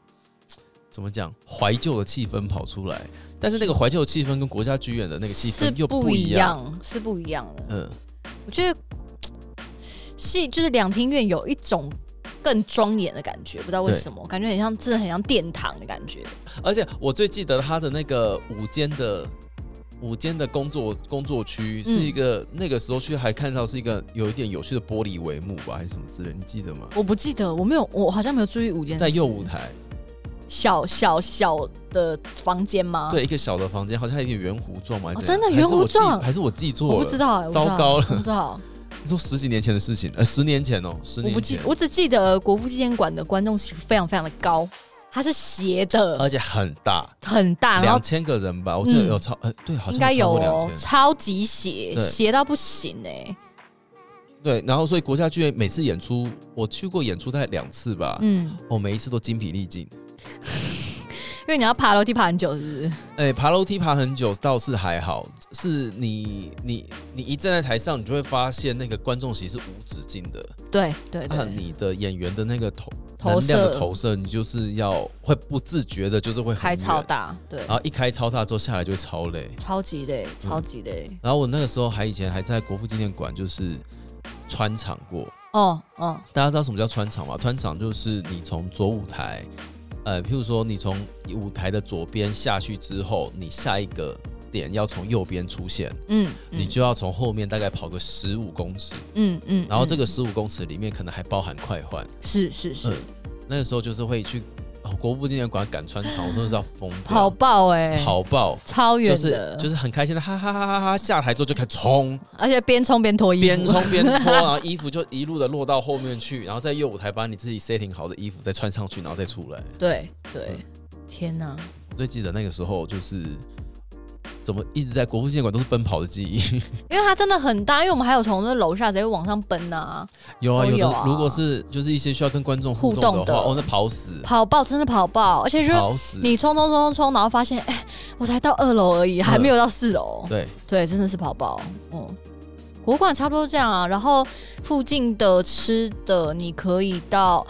Speaker 1: 怎么讲？怀旧的气氛跑出来，但是那个怀旧的气氛跟国家剧院的那个气
Speaker 2: 是
Speaker 1: 氛又
Speaker 2: 不
Speaker 1: 一
Speaker 2: 一
Speaker 1: 样。
Speaker 2: 样，是不一样的。
Speaker 1: 嗯，
Speaker 2: 我觉得戏就是两厅院有一种更庄严的感觉，不知道为什么，感觉很像真的很像殿堂的感觉。
Speaker 1: 而且我最记得他的那个午间的午间的工作工作区是一个、
Speaker 2: 嗯
Speaker 1: 那个时候去还看到是一个有一点有趣的玻璃帷幕吧，还是什么之类，你记得吗？
Speaker 2: 我不记得，我没有，我好像没有注意午间
Speaker 1: 在右舞台，
Speaker 2: 小小小的房间吗？，
Speaker 1: 对一个小的房间，好像还有一个圆弧状嘛，还是
Speaker 2: 啊哦
Speaker 1: 怎样
Speaker 2: 真的圆弧
Speaker 1: 还是我
Speaker 2: 状
Speaker 1: 记还是我记错了？
Speaker 2: 我不知道、欸，我不知道
Speaker 1: 糟糕了
Speaker 2: 我不知道，
Speaker 1: 你说十几年前的事情，呃，十年前哦，十
Speaker 2: 我不
Speaker 1: 年
Speaker 2: 记
Speaker 1: 前，，
Speaker 2: 我只记得国父纪念馆的观众席非常非常的高，它是斜的，
Speaker 1: 而且很大，
Speaker 2: 很大，啊然后嗯
Speaker 1: 两。千个人吧，我记得有超，呃，对，好
Speaker 2: 应
Speaker 1: 像
Speaker 2: 该有
Speaker 1: 超过
Speaker 2: 哦
Speaker 1: 两，千，
Speaker 2: 超级斜，
Speaker 1: 对
Speaker 2: 斜到不行哎、
Speaker 1: 对，然后所以国家剧院每次演出，我去过演出大概两次吧，
Speaker 2: 嗯，
Speaker 1: 哦，每一次都精疲力尽。
Speaker 2: 因为你要爬楼梯爬很久，是不是？
Speaker 1: 哎、爬楼梯爬很久倒是还好，是你你你一站在台上，你就会发现那个观众席是无止境的，
Speaker 2: 对对哎对，
Speaker 1: 按你的演员的那个投
Speaker 2: 投
Speaker 1: 能量的
Speaker 2: 射
Speaker 1: 投射，你就是要会不自觉的，就是会很
Speaker 2: 开超
Speaker 1: 远，啊
Speaker 2: 大，对，
Speaker 1: 然后一开超大之后下来就会超累。
Speaker 2: 超级累，超
Speaker 1: 嗯
Speaker 2: 级累。
Speaker 1: 然后我那个时候还以前还在国父纪念馆就是穿场过，
Speaker 2: 哦哦，
Speaker 1: 大家知道什么叫穿场吗？穿场就是你从左舞台，呃，譬如说你从舞台的左边下去之后，你下一个点要从右边出现，
Speaker 2: 嗯，
Speaker 1: 你就要从后面大概跑个十五公尺，
Speaker 2: 嗯嗯，嗯
Speaker 1: 然后这
Speaker 2: 嗯
Speaker 1: 个十五公尺里面可能还包含快换。
Speaker 2: 是是是
Speaker 1: 嗯，那个时候就是会去、哦国父纪念馆赶穿场，我真的是要疯
Speaker 2: 跑
Speaker 1: 掉，
Speaker 2: 爆哎，
Speaker 1: 跑爆。
Speaker 2: 超远
Speaker 1: 啊就是
Speaker 2: 的，
Speaker 1: 就是很开心的，哈哈哈哈哈！下台之后就开始冲，
Speaker 2: 而且边冲边脱衣服，
Speaker 1: 边 冲边脱，然后衣服就一路的落到后面去，然后在右舞台把你自己 setting 好的衣服再穿上去，然后再出来。
Speaker 2: 对对，
Speaker 1: 嗯
Speaker 2: 天哪，
Speaker 1: 我最记得那个时候就是怎么一直在国父纪念馆都是奔跑的记忆。
Speaker 2: 因为它真的很大，因为我们还有从那楼下直接往上奔呐、
Speaker 1: 有啊，
Speaker 2: 都
Speaker 1: 有
Speaker 2: 有
Speaker 1: 的
Speaker 2: 啊
Speaker 1: 如果是就是一些需要跟观众互
Speaker 2: 互
Speaker 1: 动的话，
Speaker 2: 动的
Speaker 1: 哦，那跑死，
Speaker 2: 跑爆真的跑爆，而且就是
Speaker 1: 跑死。
Speaker 2: 你冲冲冲冲冲，然后发现哎、我才到二楼而已，
Speaker 1: 嗯
Speaker 2: 还没有到四楼，
Speaker 1: 对，
Speaker 2: 对，真的是跑爆，嗯。国馆差不多这样啊，然后附近的吃的你可以到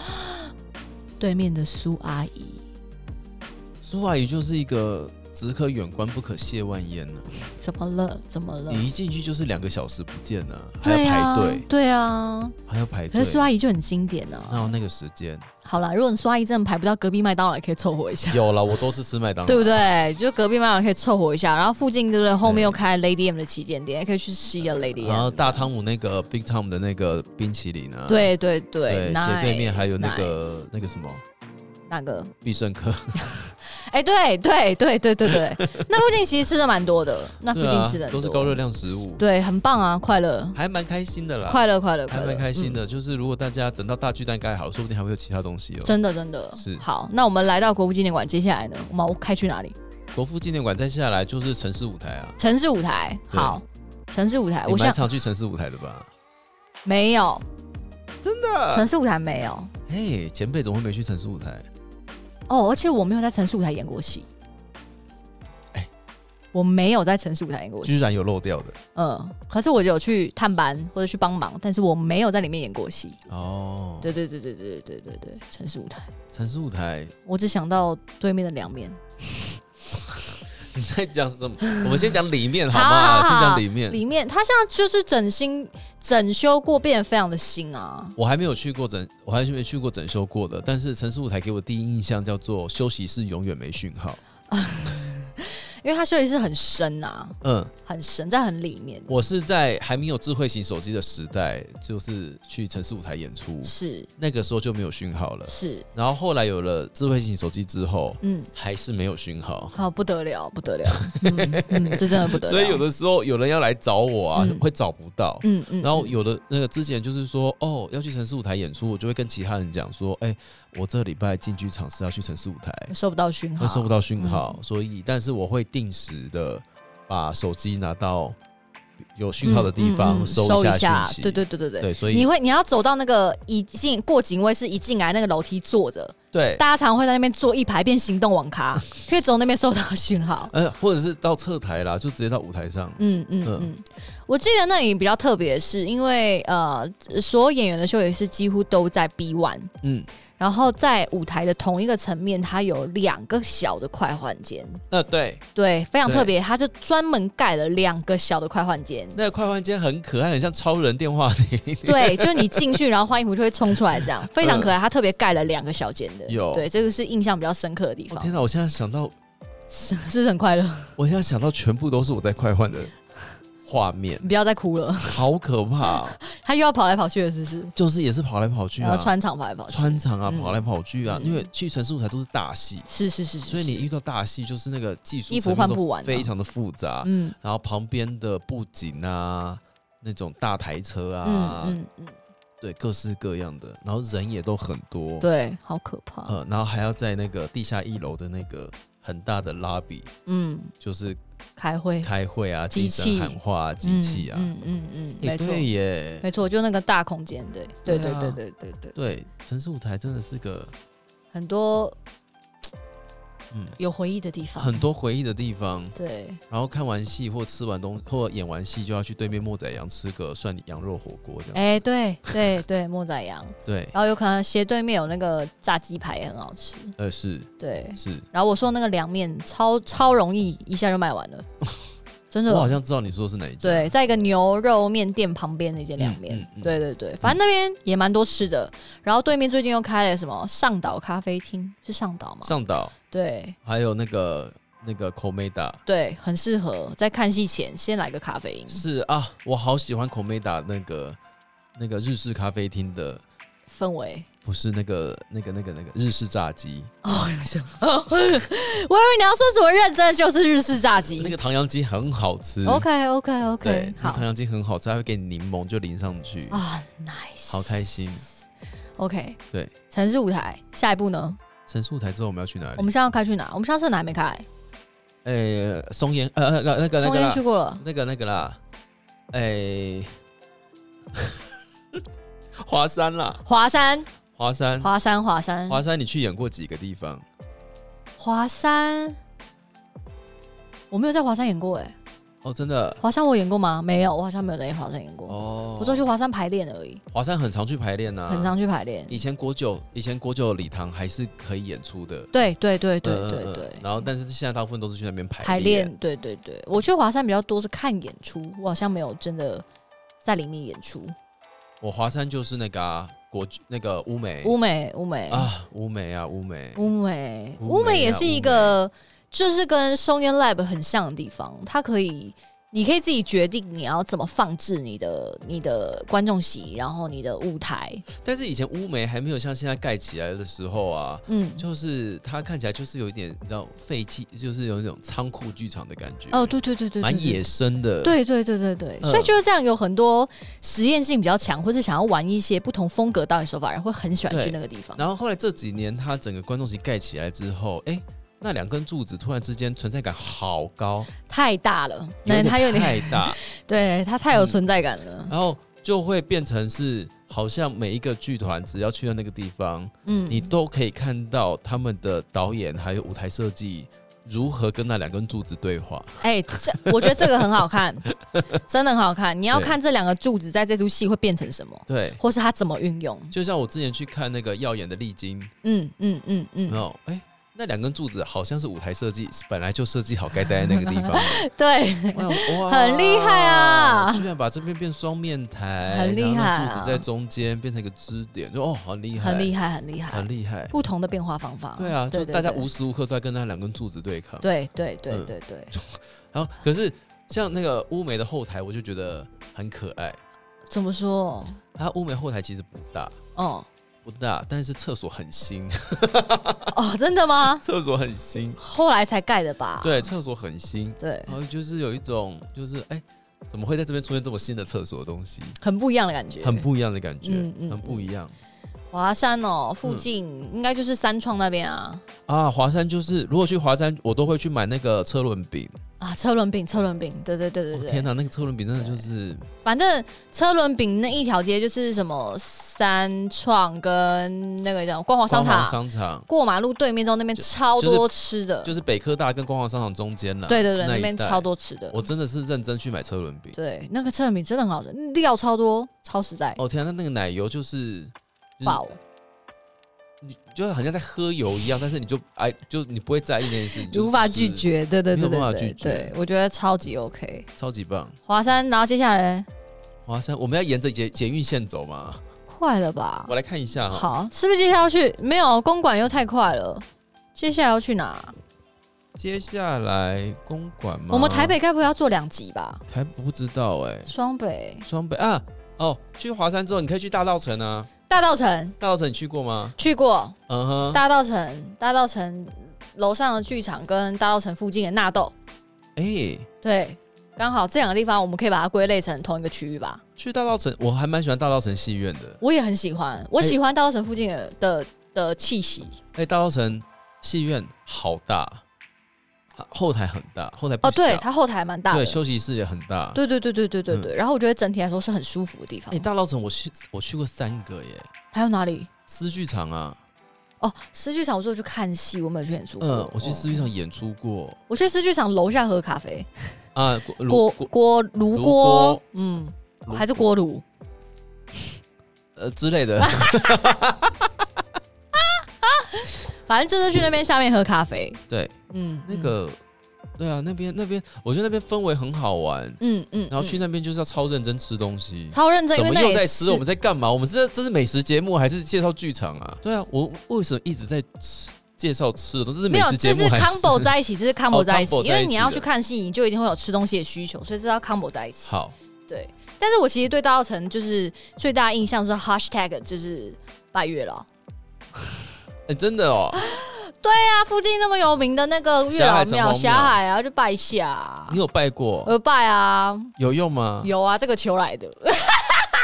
Speaker 2: 对面的苏阿姨，
Speaker 1: 苏阿姨就是一个只可远观不可亵玩焉呢、
Speaker 2: 怎么了？怎么了？
Speaker 1: 你一进去就是两个小时不见呢、还
Speaker 2: 对
Speaker 1: 要排
Speaker 2: 啊
Speaker 1: 队，，
Speaker 2: 对啊。
Speaker 1: 还要排队
Speaker 2: 可是。苏阿姨就很经典呢、
Speaker 1: 哪有那个时 间？
Speaker 2: 好啦，如果你苏阿姨真的排不到隔壁麦当劳，也可以凑合 一下，
Speaker 1: 有了，我都是吃麦当劳，
Speaker 2: 对不？对？就隔壁麦当劳可以凑合一下，然后附近对不对？后
Speaker 1: 对
Speaker 2: 面又开 Lady M 的旗舰店，也可以去吃一下 Lady M。
Speaker 1: 然后大汤姆那个 Big Tom 的那个冰淇淋啊，
Speaker 2: 对对对
Speaker 1: 对，，斜对面还有那
Speaker 2: nice，nice
Speaker 1: 个那个什么
Speaker 2: 那个，
Speaker 1: 必胜客，
Speaker 2: 哎、对对对对对对，那附近其实吃的蛮多的，那附
Speaker 1: 对
Speaker 2: 近
Speaker 1: 啊
Speaker 2: 吃的、，
Speaker 1: 都是高热，量食物，
Speaker 2: 对，很棒啊，快乐
Speaker 1: 还蛮开心的啦，
Speaker 2: 快乐快乐快
Speaker 1: 还
Speaker 2: 乐，
Speaker 1: 蛮开心
Speaker 2: 嗯
Speaker 1: 的。就是如果大家等到大巨蛋盖好了，说不定还会有其他东西哦。
Speaker 2: 真的真的
Speaker 1: 是
Speaker 2: 好，那我们来到国父纪念馆，接下来呢，我们开去哪里？
Speaker 1: 国父纪念馆再下来就是城市舞台啊，
Speaker 2: 城市舞台，
Speaker 1: 对
Speaker 2: 好，城市舞台，
Speaker 1: 你
Speaker 2: 我
Speaker 1: 蛮
Speaker 2: 想
Speaker 1: 常去城市舞台的吧？
Speaker 2: 没有，
Speaker 1: 真
Speaker 2: 城
Speaker 1: 的？
Speaker 2: 市舞台没有。
Speaker 1: 哎，前辈怎么会没去城市舞台？
Speaker 2: 哦，而且我没有在城市舞台演过戏。
Speaker 1: 哎
Speaker 2: 我没有在城市舞台演过
Speaker 1: 居
Speaker 2: 戏，
Speaker 1: 然有漏掉的
Speaker 2: 嗯，可是我有去探班或者去帮忙，但是我没有在里面演过戏。
Speaker 1: 哦。
Speaker 2: 对对对对对对对对，城市舞台，
Speaker 1: 城市舞台，
Speaker 2: 我只想到对面的两面。
Speaker 1: 你在讲什么？我们先讲里面好
Speaker 2: 好好
Speaker 1: 吗？
Speaker 2: 好
Speaker 1: 先讲里面。
Speaker 2: 里面它现在就是整新、整修过，变得非常的新啊。
Speaker 1: 我还没有去过整，我还没去过整修过的。但是城市舞台给我第一印象叫做休息室永远没讯号。
Speaker 2: 因为它设计是很深啊，
Speaker 1: 嗯，
Speaker 2: 很深，在很里面。
Speaker 1: 我是在还没有智慧型手机的时代，就是去城市舞台演出，
Speaker 2: 是
Speaker 1: 那个时候就没有讯号了。
Speaker 2: 是，
Speaker 1: 然后后来有了智慧型手机之后，
Speaker 2: 嗯，
Speaker 1: 还是没有讯号。
Speaker 2: 好不得了，不 得了，嗯嗯，这真的不得了。
Speaker 1: 所以有的时候有人要来找我啊，
Speaker 2: 嗯
Speaker 1: 会找不到。
Speaker 2: 嗯嗯，
Speaker 1: 然后
Speaker 2: 嗯
Speaker 1: 有的那个之前就是说，哦，要去城市舞台演出，我就会跟其他人讲说，哎、我这礼拜进剧场是要去城市舞台，
Speaker 2: 收不到讯号，
Speaker 1: 会收不到讯号，
Speaker 2: 嗯
Speaker 1: 所以但是我会定时的把手机拿到有讯号的地
Speaker 2: 嗯嗯
Speaker 1: 方
Speaker 2: 嗯
Speaker 1: 收
Speaker 2: 一
Speaker 1: 一下讯息。
Speaker 2: 对对对对对。
Speaker 1: 对，所以
Speaker 2: 你会，你要走到那个一进过警卫室一进来那个楼梯坐着，
Speaker 1: 对，
Speaker 2: 大家常会在那边坐一排变行动网咖，因为走那边收到讯号。
Speaker 1: 呃，或者是到侧台啦，就直接到舞台上。
Speaker 2: 嗯嗯
Speaker 1: 嗯
Speaker 2: 嗯，我记得那里比较特别，是因为呃，所有演员的休息室几乎都在 B one，
Speaker 1: 嗯，
Speaker 2: 然后在舞台的同一个层面，它有两个小的快换间，
Speaker 1: 那对，
Speaker 2: 对，非常
Speaker 1: 对
Speaker 2: 特别，它就专门盖了两个小的快换 间。
Speaker 1: 那个快换间很可爱，很像超人电话亭。
Speaker 2: 对， 就是你进去，然后换衣服就会冲出来，这样非常
Speaker 1: 嗯
Speaker 2: 可爱。它特别盖了两个小间的，
Speaker 1: 有
Speaker 2: 对，这个是印象比较深刻的地
Speaker 1: 哦
Speaker 2: 方，
Speaker 1: 天哪！我现在想到，
Speaker 2: 是是不是很快乐？
Speaker 1: 我现在想到全部都是我在快换的画 面，
Speaker 2: 你不要再哭了，
Speaker 1: 好可怕哦、
Speaker 2: 他又要跑来跑去了，是不是？
Speaker 1: 就是也是跑来跑去
Speaker 2: 然
Speaker 1: 啊
Speaker 2: 后，呃穿场跑来跑去，
Speaker 1: 穿场啊，
Speaker 2: 嗯
Speaker 1: 跑来跑去啊，
Speaker 2: 嗯
Speaker 1: 因为去城市舞台都是大戏，
Speaker 2: 是是是是，
Speaker 1: 所以
Speaker 2: 是
Speaker 1: 你遇到大戏就是那个技术
Speaker 2: 衣服
Speaker 1: 层面
Speaker 2: 换
Speaker 1: 都
Speaker 2: 不完啊
Speaker 1: 非常的复杂，
Speaker 2: 嗯
Speaker 1: 然后旁边的布景啊，那种大台车啊，
Speaker 2: 嗯嗯嗯，
Speaker 1: 对，各式各样的，然后人也都很多，，
Speaker 2: 对，好可
Speaker 1: 呃
Speaker 2: 怕，
Speaker 1: 呃，然后还要在那个地下一楼的那个很大的 lobby，
Speaker 2: 嗯，
Speaker 1: 就是
Speaker 2: 开会，
Speaker 1: 开会啊，
Speaker 2: 机
Speaker 1: 精
Speaker 2: 器
Speaker 1: 神喊话啊，机器啊，
Speaker 2: 嗯嗯嗯，嗯
Speaker 1: 诶
Speaker 2: 没错
Speaker 1: 对耶，
Speaker 2: 没错，就那个大空间，对对
Speaker 1: 对
Speaker 2: 对
Speaker 1: 啊
Speaker 2: 对对对对，
Speaker 1: 对，城市舞台真的是个
Speaker 2: 很多
Speaker 1: 嗯
Speaker 2: 有回忆的地方，
Speaker 1: 很多回忆的地方。
Speaker 2: 对，
Speaker 1: 然后看完戏或吃完东或演完戏，就要去对面莫仔羊吃个涮羊肉火锅这样。
Speaker 2: 哎对对对，莫 仔羊，
Speaker 1: 对，
Speaker 2: 然后有可能斜对面有那个炸鸡排也很好吃，
Speaker 1: 呃，是
Speaker 2: 对，
Speaker 1: 是，
Speaker 2: 然后我说那个凉面超超容易，一下就卖完了，真的
Speaker 1: 我，好像知道你说的是哪一家。
Speaker 2: 对，，在一个牛肉面店旁边的一间凉面，
Speaker 1: 嗯嗯嗯
Speaker 2: 对对对，反正那边也蛮多吃的。然后对面最近又开了什么上岛咖啡厅，是上岛吗？
Speaker 1: 上岛
Speaker 2: 对
Speaker 1: 还有那个那个 Komeda
Speaker 2: 对，很适合在看戏前先来个咖啡因
Speaker 1: 是啊，我好喜欢 Komeda 那个那个日式咖啡厅的，
Speaker 2: 氛围。
Speaker 1: 不是那个那个那个那个日式炸鸡，
Speaker 2: 哦，我想想我以为你要说什么认真的就是日式炸鸡。
Speaker 1: 那个唐扬鸡很好吃。
Speaker 2: OK OK
Speaker 1: 对
Speaker 2: OK，，
Speaker 1: 那
Speaker 2: 好
Speaker 1: 唐扬鸡很好吃，它会给你柠檬就淋上去，
Speaker 2: 啊，nice，
Speaker 1: 好开心。
Speaker 2: OK，
Speaker 1: 对，
Speaker 2: 城市舞台，下一步呢？
Speaker 1: 陈述台之后我们要去哪
Speaker 2: 我
Speaker 1: 里？
Speaker 2: 们现在要开去哪？我们上次哪还没开？
Speaker 1: 哎，松烟呃呃那个那
Speaker 2: 松
Speaker 1: 个
Speaker 2: 烟
Speaker 1: 那个啦
Speaker 2: 去过了，
Speaker 1: 那个那个啦，哎， 华山啦，
Speaker 2: 华山，
Speaker 1: 华山
Speaker 2: 华山，华山，
Speaker 1: 华山，你去演过几个地方？
Speaker 2: 华山，我没有在华山演过哎、
Speaker 1: 哦，真的
Speaker 2: 华山我有演过吗？没有，我好像没有在华山演过，
Speaker 1: 哦，
Speaker 2: 我就去华山排练而已，
Speaker 1: 华山很常去排练呐、
Speaker 2: 很。常去排练。
Speaker 1: 以前国酒，以前国酒礼堂还是可以演出的。
Speaker 2: 对对对对
Speaker 1: 嗯
Speaker 2: 对
Speaker 1: 嗯
Speaker 2: 对
Speaker 1: 嗯，然后，但是现在大部分都是去那边排
Speaker 2: 排练，对对对，我去华山比较多是看演出，我好像没有真的在里面演出。
Speaker 1: 我华山就是那个、啊、国那个乌梅
Speaker 2: 乌美，乌美，
Speaker 1: 哎啊，乌梅啊，乌梅。
Speaker 2: 乌美，
Speaker 1: 乌
Speaker 2: 乌
Speaker 1: 梅
Speaker 2: 美也
Speaker 1: 啊
Speaker 2: 是
Speaker 1: 乌
Speaker 2: 一
Speaker 1: 梅
Speaker 2: 个，就是跟松烟 Lab 很像的地方，它可以。你可以自己决定你要怎么放置你的你的观众席，然后你的舞台，
Speaker 1: 但是以前乌梅还没有像现在盖起来的时候啊，
Speaker 2: 嗯，
Speaker 1: 就是它看起来就是有一点，你知道废弃，就是有那种仓库剧场的感觉，
Speaker 2: 哦，对对对对，对
Speaker 1: 蛮野，生的。，
Speaker 2: 对对对对对，
Speaker 1: 嗯
Speaker 2: 所以就是这样，有很多实验性比较强，或者想要玩一些不同风格导演手法，人会很喜欢去
Speaker 1: 对
Speaker 2: 那个地方。
Speaker 1: 然后后来这几年，它整个观众席盖起来之后，哎、那两根柱子突然之间存在感好高，
Speaker 2: 太大了，那
Speaker 1: 点
Speaker 2: 他有点，
Speaker 1: 太大，
Speaker 2: 对他太有
Speaker 1: 嗯
Speaker 2: 存在感了，
Speaker 1: 然后就会变成是，好像每一个剧团只要去到那个地方，
Speaker 2: 嗯，
Speaker 1: 你都可以看到他们的导演还有舞台设计如何跟那两根柱子对话。
Speaker 2: 哎、这我觉得这个很好 看，真的很好看。你要
Speaker 1: 对
Speaker 2: 看这两个柱子在这出戏会变成什么，
Speaker 1: 对，
Speaker 2: 或是它怎么运用。
Speaker 1: 就像我之前去看那个耀眼的丽晶，
Speaker 2: 嗯嗯嗯
Speaker 1: 有没
Speaker 2: 嗯，
Speaker 1: 有？哎、那两根柱子好像是舞台设计，本来就设计好该待在那个地方 的。
Speaker 2: 对，
Speaker 1: 我想哇
Speaker 2: 很厉害啊
Speaker 1: 居然把这边变双面台，
Speaker 2: 很厉害啊
Speaker 1: 然后让柱子在中间变成一个支点，就哦，好厉害，
Speaker 2: 很厉害，很厉害
Speaker 1: 很，厉害。
Speaker 2: 不同的变化方法。
Speaker 1: 对啊，就
Speaker 2: 对
Speaker 1: 是
Speaker 2: 对
Speaker 1: 大家
Speaker 2: 对
Speaker 1: 无时无刻都在跟那两根柱子对抗。
Speaker 2: 对对对
Speaker 1: 嗯
Speaker 2: 对对，
Speaker 1: 然后可是像那个乌梅的后台，我就觉得很可爱。
Speaker 2: 怎么说？
Speaker 1: 它乌梅后台其实不大，
Speaker 2: 哦、
Speaker 1: 不大，但是厕所很新，
Speaker 2: 哦，真的吗？
Speaker 1: 厕所很新，
Speaker 2: 后来才盖的吧？
Speaker 1: 对，厕所很新。
Speaker 2: 对，
Speaker 1: 然后就是有一种，就是哎、怎么会在这边出现这么新的厕所的东西？
Speaker 2: 很不一样的感觉。
Speaker 1: 很不一样的感觉，
Speaker 2: 嗯嗯
Speaker 1: 很不一样
Speaker 2: 华山哦，
Speaker 1: 嗯
Speaker 2: 附近应该就是三创那边啊
Speaker 1: 啊！华山就是，如果去华山，我都会去买那个车轮饼。
Speaker 2: 啊，车轮饼，车轮饼，对对对
Speaker 1: 哦
Speaker 2: 对对。哦
Speaker 1: 天哪，那个车轮饼真的就是
Speaker 2: 反正车轮饼那一条街就是什么三创跟那个叫光华商
Speaker 1: 光
Speaker 2: 场
Speaker 1: 华，商场，
Speaker 2: 过马路对面之后那边
Speaker 1: 就
Speaker 2: 超
Speaker 1: 就是
Speaker 2: 多吃的，
Speaker 1: 就是北科大跟光华商场中间了。
Speaker 2: 对对对，
Speaker 1: 那
Speaker 2: 那
Speaker 1: 一
Speaker 2: 边
Speaker 1: 带
Speaker 2: 超。多吃的
Speaker 1: 我。真的是认真去买车轮饼。
Speaker 2: 对，那个车轮饼真的很好吃，料超多，超实在，
Speaker 1: 哦天啊，那那个奶油就是就是
Speaker 2: 爆！
Speaker 1: 你就是好像在喝油一样，但是你就哎，就你不会在意那件事，你
Speaker 2: 你
Speaker 1: 就
Speaker 2: 无法
Speaker 1: 吃
Speaker 2: 拒，绝，对对
Speaker 1: 没
Speaker 2: 对
Speaker 1: 有办法
Speaker 2: 对对
Speaker 1: 拒绝
Speaker 2: 对，我觉得超级 OK。
Speaker 1: 超级棒。
Speaker 2: 华山，然后接下来
Speaker 1: 华山，我们要沿着捷捷运线走吗？
Speaker 2: 快了吧
Speaker 1: 我？来看一下哈。
Speaker 2: 好，是不是接下来要去？没有，公馆又太快了。接下来要去哪？
Speaker 1: 接下来公馆吗？
Speaker 2: 我们台北该不会要做两集吧？
Speaker 1: 台北不知道哎、
Speaker 2: 双北
Speaker 1: 双北啊，哦，去华山之后你可以去大稻城啊，
Speaker 2: 大道城
Speaker 1: 大稻城你去过吗？
Speaker 2: 去过，
Speaker 1: 嗯哼，
Speaker 2: 大道城，大道城楼上的剧场跟大道城附近的纳豆，
Speaker 1: 哎、
Speaker 2: 对，刚好这两个地方我们可以把它归类成同一个区域吧。
Speaker 1: 去大稻城我还蛮喜欢大稻城戏院的，
Speaker 2: 我也很喜欢，我
Speaker 1: 哎
Speaker 2: 喜欢大道城附近的的的气息。
Speaker 1: 哎、大稻城戏院好大，好后台很大，后台不
Speaker 2: 哦，对，
Speaker 1: 小
Speaker 2: 它后台还蛮大的
Speaker 1: 啊对，，休息室也很大。
Speaker 2: 对对对对对对对。然后我觉得整体来说是很舒服的地方
Speaker 1: 哎，。大稻城我去我去过三个耶，
Speaker 2: 还有哪里？
Speaker 1: 诗剧场啊，
Speaker 2: 哦，诗剧场我只有去看戏，我没有去演出过。
Speaker 1: 嗯，我去诗剧
Speaker 2: 哦，
Speaker 1: 场演出过
Speaker 2: 我去诗剧场楼下喝咖啡，
Speaker 1: 啊，
Speaker 2: 锅
Speaker 1: 如
Speaker 2: 锅
Speaker 1: 炉
Speaker 2: 炉锅
Speaker 1: 锅，
Speaker 2: 嗯，
Speaker 1: 炉
Speaker 2: 还是锅炉。
Speaker 1: 呃之类 的，
Speaker 2: 反正就是去那边下面喝咖啡。
Speaker 1: 对，
Speaker 2: 嗯，
Speaker 1: 那个对啊，那边那边我觉得那边氛围很好玩，
Speaker 2: 嗯，嗯嗯，
Speaker 1: 然后去
Speaker 2: 嗯
Speaker 1: 那边就是要超认真吃东西。
Speaker 2: 超认真，
Speaker 1: 怎
Speaker 2: 因
Speaker 1: 么
Speaker 2: 为那
Speaker 1: 又
Speaker 2: 也
Speaker 1: 在
Speaker 2: 是
Speaker 1: 吃？我们在干嘛？我们是这是美食节目还是介绍剧场啊？对啊，我为什么一直在吃介绍吃的？都是
Speaker 2: 没
Speaker 1: 美
Speaker 2: 有，
Speaker 1: 食节
Speaker 2: 这
Speaker 1: 目
Speaker 2: 是
Speaker 1: 还
Speaker 2: combo 在一起，这是 combo 在一起，
Speaker 1: combo
Speaker 2: 因为你要
Speaker 1: 在一起的
Speaker 2: 去看戏，你就一定会有吃东西的需求，所以这要 combo 在一起。
Speaker 1: 好
Speaker 2: 对，但是我其实对大稻城就是最大的印象是 hashtag 就是拜月老，
Speaker 1: 哎、真的哦，
Speaker 2: 那附近那么有名的那个月老
Speaker 1: 霞海
Speaker 2: 庙
Speaker 1: 城隍庙
Speaker 2: 霞海啊，就拜一下啊
Speaker 1: 你，有拜过
Speaker 2: 我？有拜啊，
Speaker 1: 有用吗？
Speaker 2: 有啊，这个求来的，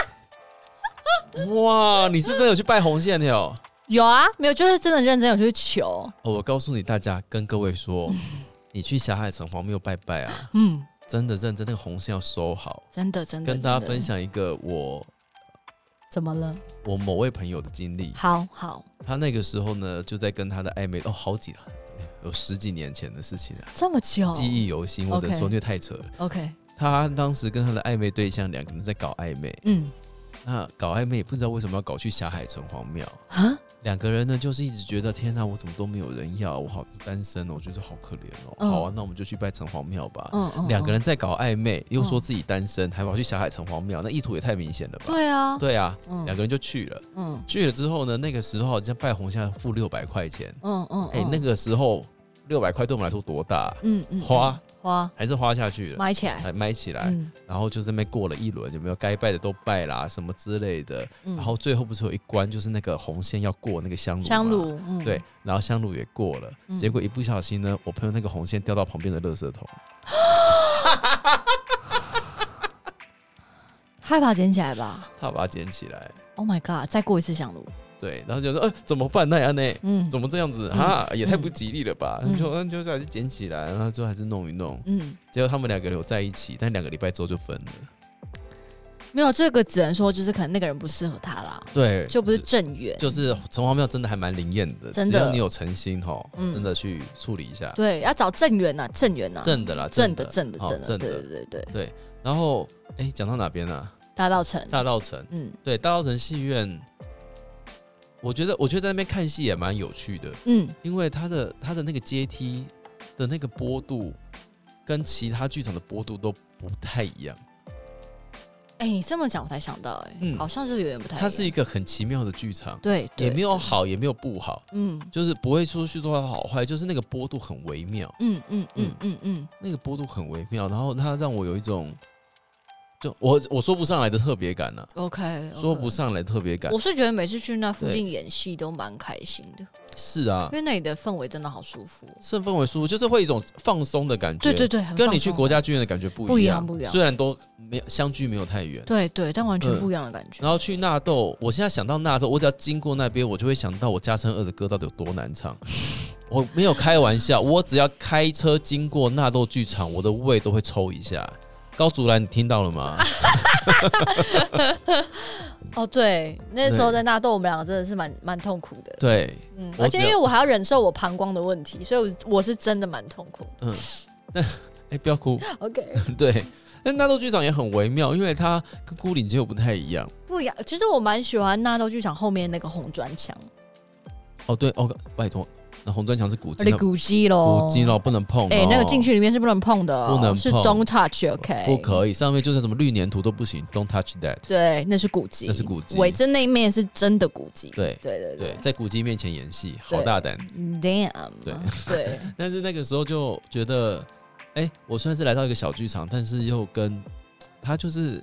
Speaker 1: 哇，你是真的有去拜红线的哦！
Speaker 2: 有啊，没有就是真的认真有去求，
Speaker 1: 哦我告诉你大家，跟各位 说，你去霞海城隍庙拜拜啊，
Speaker 2: 嗯，
Speaker 1: 真的认真，那个红线要收好。
Speaker 2: 真的真的
Speaker 1: 跟大家
Speaker 2: 真的
Speaker 1: 分享一个我
Speaker 2: 怎么了？
Speaker 1: 我某位朋友的经历，
Speaker 2: 好好，
Speaker 1: 他那个时候呢就在跟他的暧昧哦，好几有十几年前的事情了、
Speaker 2: 这么久，
Speaker 1: 记忆犹新，或者
Speaker 2: OK
Speaker 1: 说因为太扯了。
Speaker 2: OK，
Speaker 1: 他当时跟他的暧昧对象两个人在搞暧昧，
Speaker 2: 嗯
Speaker 1: 那搞暧昧也不知道为什么要搞去霞海城隍庙。
Speaker 2: 啊，
Speaker 1: 两个人呢，就是一直觉得天哪，我怎么都没有人要，我好单身哦，我觉得好可怜哦。
Speaker 2: 嗯
Speaker 1: 好啊，那我们就去拜城隍庙吧。
Speaker 2: 嗯嗯，
Speaker 1: 两个
Speaker 2: 嗯
Speaker 1: 人在搞暧昧，又说自己单身，还跑去霞海城隍庙，那意图也太明显了吧？
Speaker 2: 对啊，
Speaker 1: 对啊，
Speaker 2: 嗯
Speaker 1: 两个人就去了。
Speaker 2: 嗯
Speaker 1: 去了之后呢，那个时候好像拜红像付六百块钱，
Speaker 2: 嗯嗯，
Speaker 1: 哎、
Speaker 2: 嗯
Speaker 1: 那个时候六百块对我们来说多大啊、
Speaker 2: 嗯嗯
Speaker 1: 花
Speaker 2: 花
Speaker 1: 还是花下去了，
Speaker 2: 买起来，
Speaker 1: 还买起来，
Speaker 2: 嗯
Speaker 1: 然后就这边过了一轮，有没有该拜的都拜啦，什么之类的。
Speaker 2: 嗯
Speaker 1: 然后最后不是有一关，就是那个红线要过那个香炉，
Speaker 2: 香，炉，嗯
Speaker 1: 对，，然后香炉也过了，
Speaker 2: 嗯
Speaker 1: 结果一不小心呢，我朋友那个红线掉到旁边的垃圾桶，
Speaker 2: 害怕捡起来吧。
Speaker 1: 他把它捡起来，
Speaker 2: Oh my god！再过一次香炉，
Speaker 1: 对，然后就说，呃，怎么办？那样呢？
Speaker 2: 嗯
Speaker 1: 怎么这样子
Speaker 2: 嗯
Speaker 1: 啊？也太不吉利了吧！
Speaker 2: 嗯
Speaker 1: 他就那就是还是捡起来，然后最后还是弄一弄。
Speaker 2: 嗯，
Speaker 1: 结果他们两个人有在一起，但两个礼拜之后就分了。
Speaker 2: 没有这个只能说就是可能那个人不适合他啦，
Speaker 1: 对，
Speaker 2: 就不是正缘，
Speaker 1: 就是城隍庙真的还蛮灵验的，
Speaker 2: 真的
Speaker 1: 只要你有诚心吼，
Speaker 2: 嗯
Speaker 1: 真的去处理一下，
Speaker 2: 对，要找正缘呐，啊正缘呐，
Speaker 1: 正的啦，
Speaker 2: 正的
Speaker 1: 的
Speaker 2: 正的
Speaker 1: 哦
Speaker 2: 正的，
Speaker 1: 正
Speaker 2: 对
Speaker 1: 的
Speaker 2: 对。对对，
Speaker 1: 然后，哎，讲到哪边啊？
Speaker 2: 大道城，
Speaker 1: 大稻城，
Speaker 2: 嗯
Speaker 1: 对，大稻城戏院，我觉得，我觉得在那边看戏也蛮有趣的，
Speaker 2: 嗯
Speaker 1: 因为它的它的那个阶梯的那个坡度，跟其他剧场的坡度都不太一样。
Speaker 2: 哎，你这么讲我才想到，哎，
Speaker 1: 嗯
Speaker 2: 好像是有点不太一样，
Speaker 1: 它是一个很奇妙的剧场，
Speaker 2: 对，对
Speaker 1: 也没有
Speaker 2: 对
Speaker 1: 好，也没有不好，
Speaker 2: 嗯
Speaker 1: 就是不会说去说它好坏，就是那个坡度很微妙，
Speaker 2: 嗯嗯嗯嗯嗯，
Speaker 1: 那个坡度很微妙，然后它让我有一种，就我我说不上来的特别感呢、啊
Speaker 2: OK，
Speaker 1: 说不。上来的特别感
Speaker 2: 我。是觉得每次去那附近演戏都蛮开心的，
Speaker 1: 是啊
Speaker 2: 因，为那里的氛围真的好舒服。
Speaker 1: 胜氛围舒服，就是会有一种放松的感觉。
Speaker 2: 对对对，很
Speaker 1: 跟
Speaker 2: 放
Speaker 1: 你去
Speaker 2: 松啊
Speaker 1: 国
Speaker 2: 的
Speaker 1: 家剧院的感觉不
Speaker 2: 不
Speaker 1: 一
Speaker 2: 一样不一样
Speaker 1: 虽然都没有相距没有太远。
Speaker 2: 对对，但完全
Speaker 1: 嗯
Speaker 2: 不一样的感觉。
Speaker 1: 然后去纳豆，我现在想到纳豆，我只要经过那边，我就会想到我加深二的歌到底有多难唱。 我没有开玩笑，我只要开车经过纳豆剧场，我的胃都会抽一下。高竹兰，你听到了 吗？
Speaker 2: 哦，对，那时候
Speaker 1: 对
Speaker 2: 在纳豆，我们两个真的是蛮蛮痛苦的。
Speaker 1: 对，
Speaker 2: 嗯，
Speaker 1: 我
Speaker 2: 而
Speaker 1: 只
Speaker 2: 且因为
Speaker 1: 要
Speaker 2: 我还要忍受我膀胱的问题，所以我我是真的蛮痛苦。
Speaker 1: 嗯，那哎、不要哭。
Speaker 2: OK，
Speaker 1: 对，但纳豆剧场也很微妙，因为它跟孤岭街又不太一样。
Speaker 2: 不一样。其实我蛮喜欢纳豆剧场后面那个红砖墙，
Speaker 1: 哦，对，哦，拜托，那红砖墙是古迹
Speaker 2: 而且
Speaker 1: 那
Speaker 2: 哦古迹咯，
Speaker 1: 古迹咯，不能碰。
Speaker 2: 哎、那个进。去里面是不能碰的哦，
Speaker 1: 不能
Speaker 2: 是
Speaker 1: 碰哦
Speaker 2: don't touch，OK，、
Speaker 1: 不可以，上面就是什么绿粘土都不行，Don't touch that。
Speaker 2: 对，那是古迹，
Speaker 1: 那是古迹
Speaker 2: 伪真那一面是真的古迹。
Speaker 1: 对
Speaker 2: 对对
Speaker 1: 对，在古迹面前演戏，好大胆。
Speaker 2: Damn，
Speaker 1: 对
Speaker 2: 对
Speaker 1: 但是那个时候就觉得，哎、我虽然是来到一个小剧场，但是又跟他就是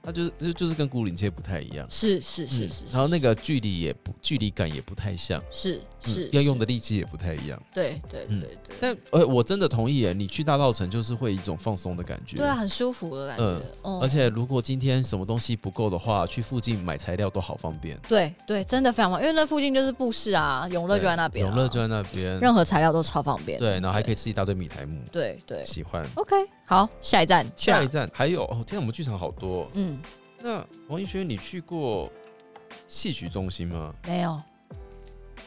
Speaker 1: 它就是就就是跟古岭街不太一样，
Speaker 2: 是是是
Speaker 1: 嗯
Speaker 2: 是，
Speaker 1: 然后那个距离也不距离感也不太像，
Speaker 2: 是
Speaker 1: 嗯
Speaker 2: 是
Speaker 1: 要用
Speaker 2: 是
Speaker 1: 的力气也不太一样。
Speaker 2: 对对
Speaker 1: 嗯
Speaker 2: 对对，
Speaker 1: 但呃，我真的同意耶，你去大稻城就是会有一种放松的感觉。
Speaker 2: 对啊，，很舒服的感
Speaker 1: 嗯
Speaker 2: 觉，嗯
Speaker 1: 而且如果今天什么东西不够的话，去附近买材料都好方便。
Speaker 2: 对对，真的非常方便，因为那附近就是布市啊，永乐就
Speaker 1: 对
Speaker 2: 在那边啊，
Speaker 1: 永乐就在那边。
Speaker 2: 任何材料都超方便，
Speaker 1: 对，然后还可以吃一大堆米苔木，
Speaker 2: 对对啊
Speaker 1: 喜欢。
Speaker 2: ，OK，好，下一站去
Speaker 1: 下
Speaker 2: 哪
Speaker 1: 一？站还有哦，天啊，我们剧场好多哦。
Speaker 2: 嗯，
Speaker 1: 那王一轩，你去过戏曲中心吗？
Speaker 2: 没有，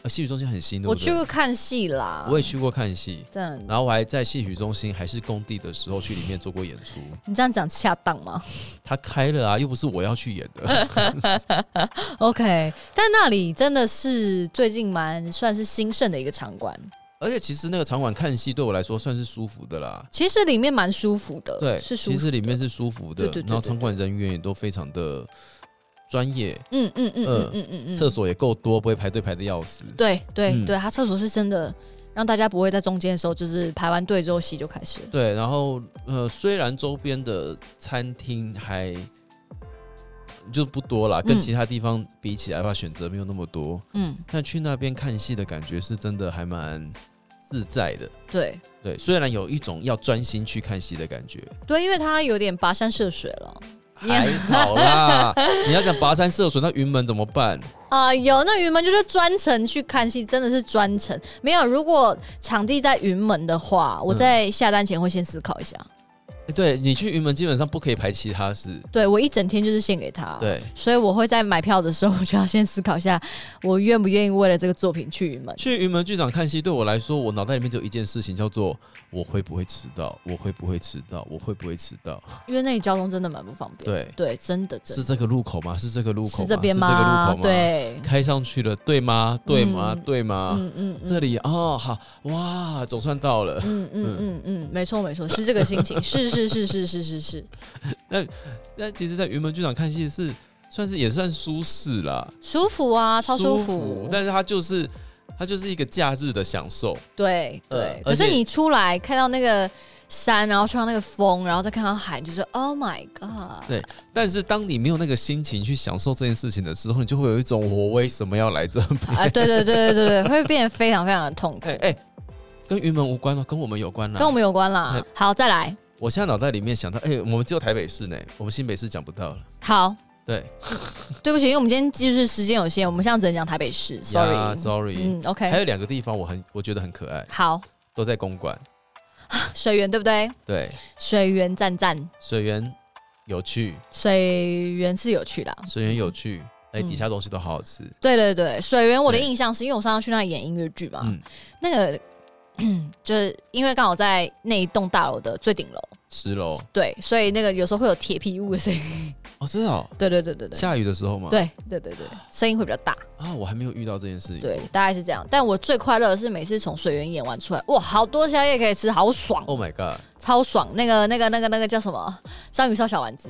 Speaker 1: 呃，戏曲中心很新，对
Speaker 2: 我
Speaker 1: 不对
Speaker 2: 去过啊看戏啦，
Speaker 1: 我也去过看戏，
Speaker 2: 真的，
Speaker 1: 然后我还在戏曲中心还是工地的时候去里面做过演出。
Speaker 2: 你这样讲恰当吗
Speaker 1: 他开了啊，又不是我要去演的。
Speaker 2: ？OK，但那里真的是最近蛮算是兴盛的一个场馆，
Speaker 1: 而且其实那个场馆看戏对我来说算是舒服的啦。
Speaker 2: 其实里面蛮舒服的，
Speaker 1: 对，
Speaker 2: 呃是舒
Speaker 1: 其
Speaker 2: 服
Speaker 1: 实里面
Speaker 2: 的，
Speaker 1: 是舒服的，
Speaker 2: 对对对
Speaker 1: 然后
Speaker 2: 对
Speaker 1: 场馆人员也都非常的专业，
Speaker 2: 嗯嗯嗯嗯
Speaker 1: 呃
Speaker 2: 嗯嗯嗯，
Speaker 1: 厕所也够多，不会排队排的要死。
Speaker 2: 对对、
Speaker 1: 嗯
Speaker 2: 对，他厕所是真的让大家不会在中间的时候，就是排完队之后戏就开始了。
Speaker 1: 对，然后呃，虽然周边的餐厅还就不多啦，跟
Speaker 2: 嗯
Speaker 1: 其他地方比起来的话，选择没有那么多，
Speaker 2: 嗯，
Speaker 1: 但去那边看戏的感觉是真的还蛮自在的。
Speaker 2: 对
Speaker 1: 对，虽然有一种要专心去看戏的感觉，
Speaker 2: 对，因为他有点跋山涉水了。你
Speaker 1: 还好啦。你要讲跋山涉水，那云门怎么办？
Speaker 2: 啊、有那云门就是专程去看戏，真的是专程。没有，如果场地在云门的话，我
Speaker 1: 嗯
Speaker 2: 在下单前会先思考一下。
Speaker 1: 欸对你去云门基本上不可以排其他事。
Speaker 2: 对我一整天就是献给他。。
Speaker 1: 对，
Speaker 2: 所以我会在买票的时候，我就要先思考一下，我愿不愿意为了这个作品去云门。
Speaker 1: 去云门剧场看戏对我来说，我脑袋里面只有一件事情，叫做我会不会迟到，我会不会迟到，我会不会迟到？
Speaker 2: 因为那里交通真的蛮不方便。
Speaker 1: 对
Speaker 2: 对，真的真
Speaker 1: 是
Speaker 2: 的
Speaker 1: 这个路口吗？是这个路口吗？
Speaker 2: 是这边
Speaker 1: 是这个路口吗？，
Speaker 2: 对，
Speaker 1: 开上去了，对吗？对吗？
Speaker 2: 嗯
Speaker 1: 对吗？
Speaker 2: 嗯嗯嗯
Speaker 1: 这里哦，好哇，总算到了。
Speaker 2: 嗯嗯嗯嗯，没错没错，是这个心情，是是是是是是是
Speaker 1: 但其实，在云门剧场看戏是算是也算舒适啦，
Speaker 2: 舒服啊，超
Speaker 1: 舒
Speaker 2: 舒服。
Speaker 1: 但是它就是它就是一个假日的享受。
Speaker 2: 对
Speaker 1: 呃
Speaker 2: 对，
Speaker 1: 而
Speaker 2: 可是
Speaker 1: 且
Speaker 2: 你出来看到那个山，然后吹到那个风，然后再看到海，你就是 Oh my God！
Speaker 1: 对但是当你没有那个心情去享受这件事情的时候，你就会有一种我为什么要来这 边？
Speaker 2: 啊，对对对对对对，会变得非常非常的痛苦
Speaker 1: 哎、，哎、跟云门无关哦，跟我们有关啦。
Speaker 2: 跟我们有关啦
Speaker 1: 哎。
Speaker 2: 好，再来，
Speaker 1: 我现在脑袋里面想到，哎、我们只有台北市呢，我们新北市讲不到了。
Speaker 2: 好，
Speaker 1: 对
Speaker 2: 对不起，因为我们今天就是时间有限，我们现在只能讲台北市
Speaker 1: 呀
Speaker 2: ，Sorry。
Speaker 1: sorry。
Speaker 2: 嗯
Speaker 1: 还
Speaker 2: ，OK，
Speaker 1: 有两个地方我很我觉得很可爱，
Speaker 2: 好，
Speaker 1: 都在公馆。
Speaker 2: 水源对不对？
Speaker 1: 对，
Speaker 2: 水源赞赞，
Speaker 1: 水源有趣，
Speaker 2: 水源是有趣的啊。
Speaker 1: 水源有趣，哎、
Speaker 2: 嗯
Speaker 1: 底下东西都好好吃。
Speaker 2: 对对对，水源我的
Speaker 1: 对
Speaker 2: 印象是因为我上次去那里演音乐剧嘛，
Speaker 1: 嗯，
Speaker 2: 那个 就是因为刚好在那一栋大楼的最顶楼，
Speaker 1: 十楼
Speaker 2: 对，所以那个有时候会有铁皮屋的声音，
Speaker 1: 哦，真的哦。
Speaker 2: 对对对对对。
Speaker 1: 下雨的时候吗？
Speaker 2: 对对对对，声音会比较大，
Speaker 1: 啊，我还没有遇到这件事情。
Speaker 2: 对，大概是这样。但我最快乐的是每次从水源演完出来，哇，好多宵夜可以吃，好爽，
Speaker 1: ，Oh my god，
Speaker 2: 超爽。那个那个那个那个叫什么？章鱼烧小丸子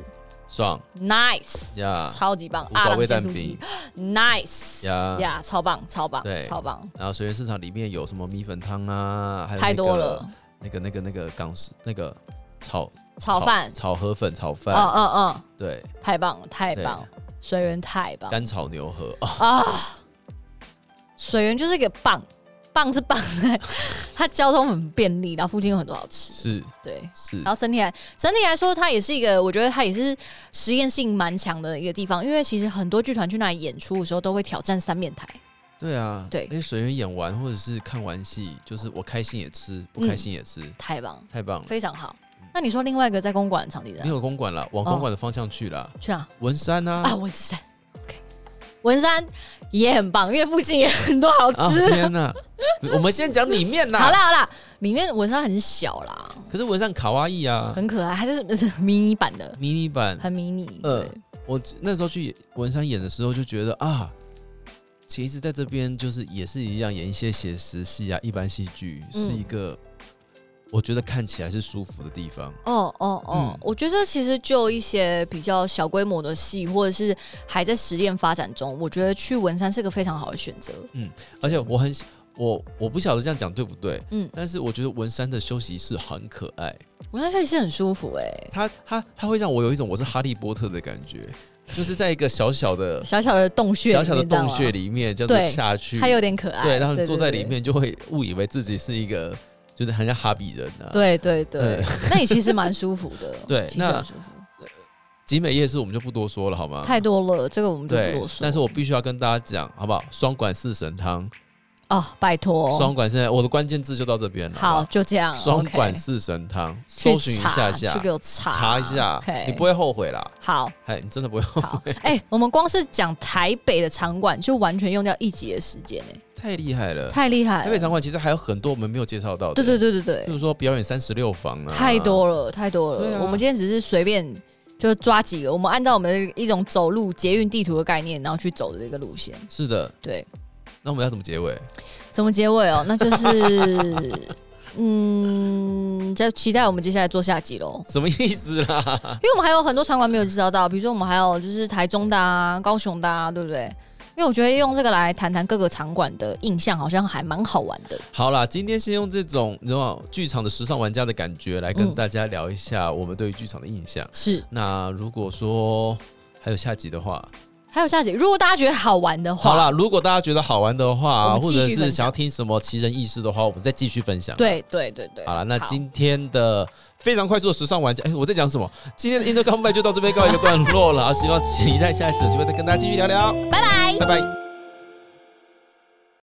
Speaker 1: 爽
Speaker 2: ，nice，、
Speaker 1: 呀
Speaker 2: 超级棒。
Speaker 1: 啊五
Speaker 2: 阿
Speaker 1: 爪
Speaker 2: 郎
Speaker 1: 味
Speaker 2: 咸
Speaker 1: 蛋
Speaker 2: 酥
Speaker 1: 饼
Speaker 2: 鸡。，nice，
Speaker 1: 呀
Speaker 2: 呀超棒，超棒
Speaker 1: 对，
Speaker 2: 超棒，
Speaker 1: 然后水源市场里面有什么米粉汤啊，还有、那个、
Speaker 2: 嗯太多了。
Speaker 1: 那个、那个、那个港式那个炒
Speaker 2: 炒饭，
Speaker 1: 炒河粉、炒饭，
Speaker 2: 嗯嗯嗯，
Speaker 1: 对，
Speaker 2: 太棒了，太
Speaker 1: 对
Speaker 2: 棒了，水源太棒了
Speaker 1: 干炒牛河啊，
Speaker 2: 啊！水源就是一个棒，棒是棒在，它交通很便利，然后附近有很多好吃，
Speaker 1: 是
Speaker 2: 对。
Speaker 1: 是
Speaker 2: 然后整体来整体来说，它也是一个，我觉得它也是实验性蛮强的一个地方，因为其实很多剧团去那里演出的时候，都会挑战三面台。
Speaker 1: 对啊，
Speaker 2: 对
Speaker 1: 而且水源演完或者是看完戏，就是我开心也吃，不开心也吃，
Speaker 2: 太棒了，
Speaker 1: 太棒了。
Speaker 2: 嗯非常好。那你说另外一个在公馆的场地呢
Speaker 1: 嗯没？有公馆了，往
Speaker 2: 哦
Speaker 1: 公馆的方向去啦。
Speaker 2: 去哪？
Speaker 1: 文山啊，
Speaker 2: 啊，文山。OK，文山也很棒，因为附近也很多好
Speaker 1: 啊
Speaker 2: 吃的。
Speaker 1: 天哪！我们先讲里面啦。
Speaker 2: 好啦，好啦，里面文山很小啦，
Speaker 1: 可是文山卡哇伊啊，
Speaker 2: 很可爱，它就是 迷你版的，
Speaker 1: 迷你版，
Speaker 2: 很迷你。
Speaker 1: 呃
Speaker 2: 对，
Speaker 1: 我那时候去演文山演的时候就觉得啊，其实在这边就是也是一样演一些写实戏啊，一般戏剧是
Speaker 2: 嗯
Speaker 1: 一个我觉得看起来是舒服的地方。
Speaker 2: 哦哦哦
Speaker 1: 嗯，
Speaker 2: 我觉得其实就一些比较小规模的戏，或者是还在实验发展中，我觉得去文山是个非常好的选择。
Speaker 1: 而且我很喜我我不晓得这样讲对不对，
Speaker 2: 嗯，
Speaker 1: 但是我觉得文山的休息室很可爱，
Speaker 2: 我那确实很舒服哎、
Speaker 1: 它它它会让我有一种我是哈利波特的感觉，就是在一个小小 的
Speaker 2: 小小的洞穴，
Speaker 1: 小小的
Speaker 2: 你知道
Speaker 1: 洞
Speaker 2: 吗
Speaker 1: 穴，里面这样
Speaker 2: 对
Speaker 1: 子下去，
Speaker 2: 它有点可爱，
Speaker 1: 对，然后你坐在里
Speaker 2: 对。
Speaker 1: 面就会误以为自己是一个就是很像哈比人啊。，
Speaker 2: 对对对
Speaker 1: 对，
Speaker 2: 那你其实蛮舒服的，
Speaker 1: 对
Speaker 2: 其实
Speaker 1: 那
Speaker 2: 很舒服，
Speaker 1: 集美夜市我们就不多说了好吗？
Speaker 2: 太多了，这个我们就不
Speaker 1: 对
Speaker 2: 多，说。
Speaker 1: 但是我必须要跟大家讲，好不好？双管四神汤，
Speaker 2: 哦，拜托，
Speaker 1: 双管现在我的关键字就到这边了。
Speaker 2: 好
Speaker 1: 不
Speaker 2: 就这样，
Speaker 1: 双
Speaker 2: OK
Speaker 1: 管四神汤，
Speaker 2: 去
Speaker 1: 搜寻一下
Speaker 2: 查
Speaker 1: 下
Speaker 2: 去，给我查
Speaker 1: 查一下
Speaker 2: OK，
Speaker 1: 你不会后悔啦。
Speaker 2: 好。
Speaker 1: 哎，你真的不会后
Speaker 2: 好
Speaker 1: 悔，，
Speaker 2: 哎、我们光是讲台北的场馆就完全用掉一集的时间、哎，
Speaker 1: 太厉害了。
Speaker 2: 太厉害
Speaker 1: 台
Speaker 2: 了。
Speaker 1: 北场馆其实还有很多我们没有介绍到的，
Speaker 2: 对对对对
Speaker 1: 比
Speaker 2: 对，
Speaker 1: 如说表演三十六房啊，
Speaker 2: 太多了，太多
Speaker 1: 对
Speaker 2: 了。
Speaker 1: 啊
Speaker 2: 我们今天只是随便就抓几个，我们按照我们的一种走路捷运地图的概念，然后去走的这个路线。
Speaker 1: 是的，
Speaker 2: 对，
Speaker 1: 那我们要怎么结尾？
Speaker 2: 怎么结尾哦？那就是 嗯，就期待我们接下来做下集喽。
Speaker 1: 什么意思啦？
Speaker 2: 因为我们还有很多场馆没有介绍到，比如说我们还有就是台中的啊、高雄的啊，对不对？因为我觉得用这个来谈谈各个场馆的印象，好像还蛮好玩的。
Speaker 1: 好啦，今天先用这种你知道吗剧场的时尚玩家的感觉来跟
Speaker 2: 嗯
Speaker 1: 大家聊一下我们对于剧场的印象。
Speaker 2: 是，
Speaker 1: 那如果说还有下集的话，
Speaker 2: 还有下集，如果大家觉得好玩的话，
Speaker 1: 好啦，如果大家觉得好玩的
Speaker 2: 我
Speaker 1: 话，
Speaker 2: 们继
Speaker 1: 或
Speaker 2: 续
Speaker 1: 者
Speaker 2: 分
Speaker 1: 是
Speaker 2: 享
Speaker 1: 想要听什么奇人异事的话，我们再继续分享。，
Speaker 2: 对对对对，
Speaker 1: 好了，那
Speaker 2: 好
Speaker 1: 今天的非常快速的时尚玩家，哎、我在讲什么？今天的 Inter Comeback 就到这边告一个段落了，希望期待下一次有机会再跟大家继续聊聊。
Speaker 2: 拜拜。
Speaker 1: 拜拜。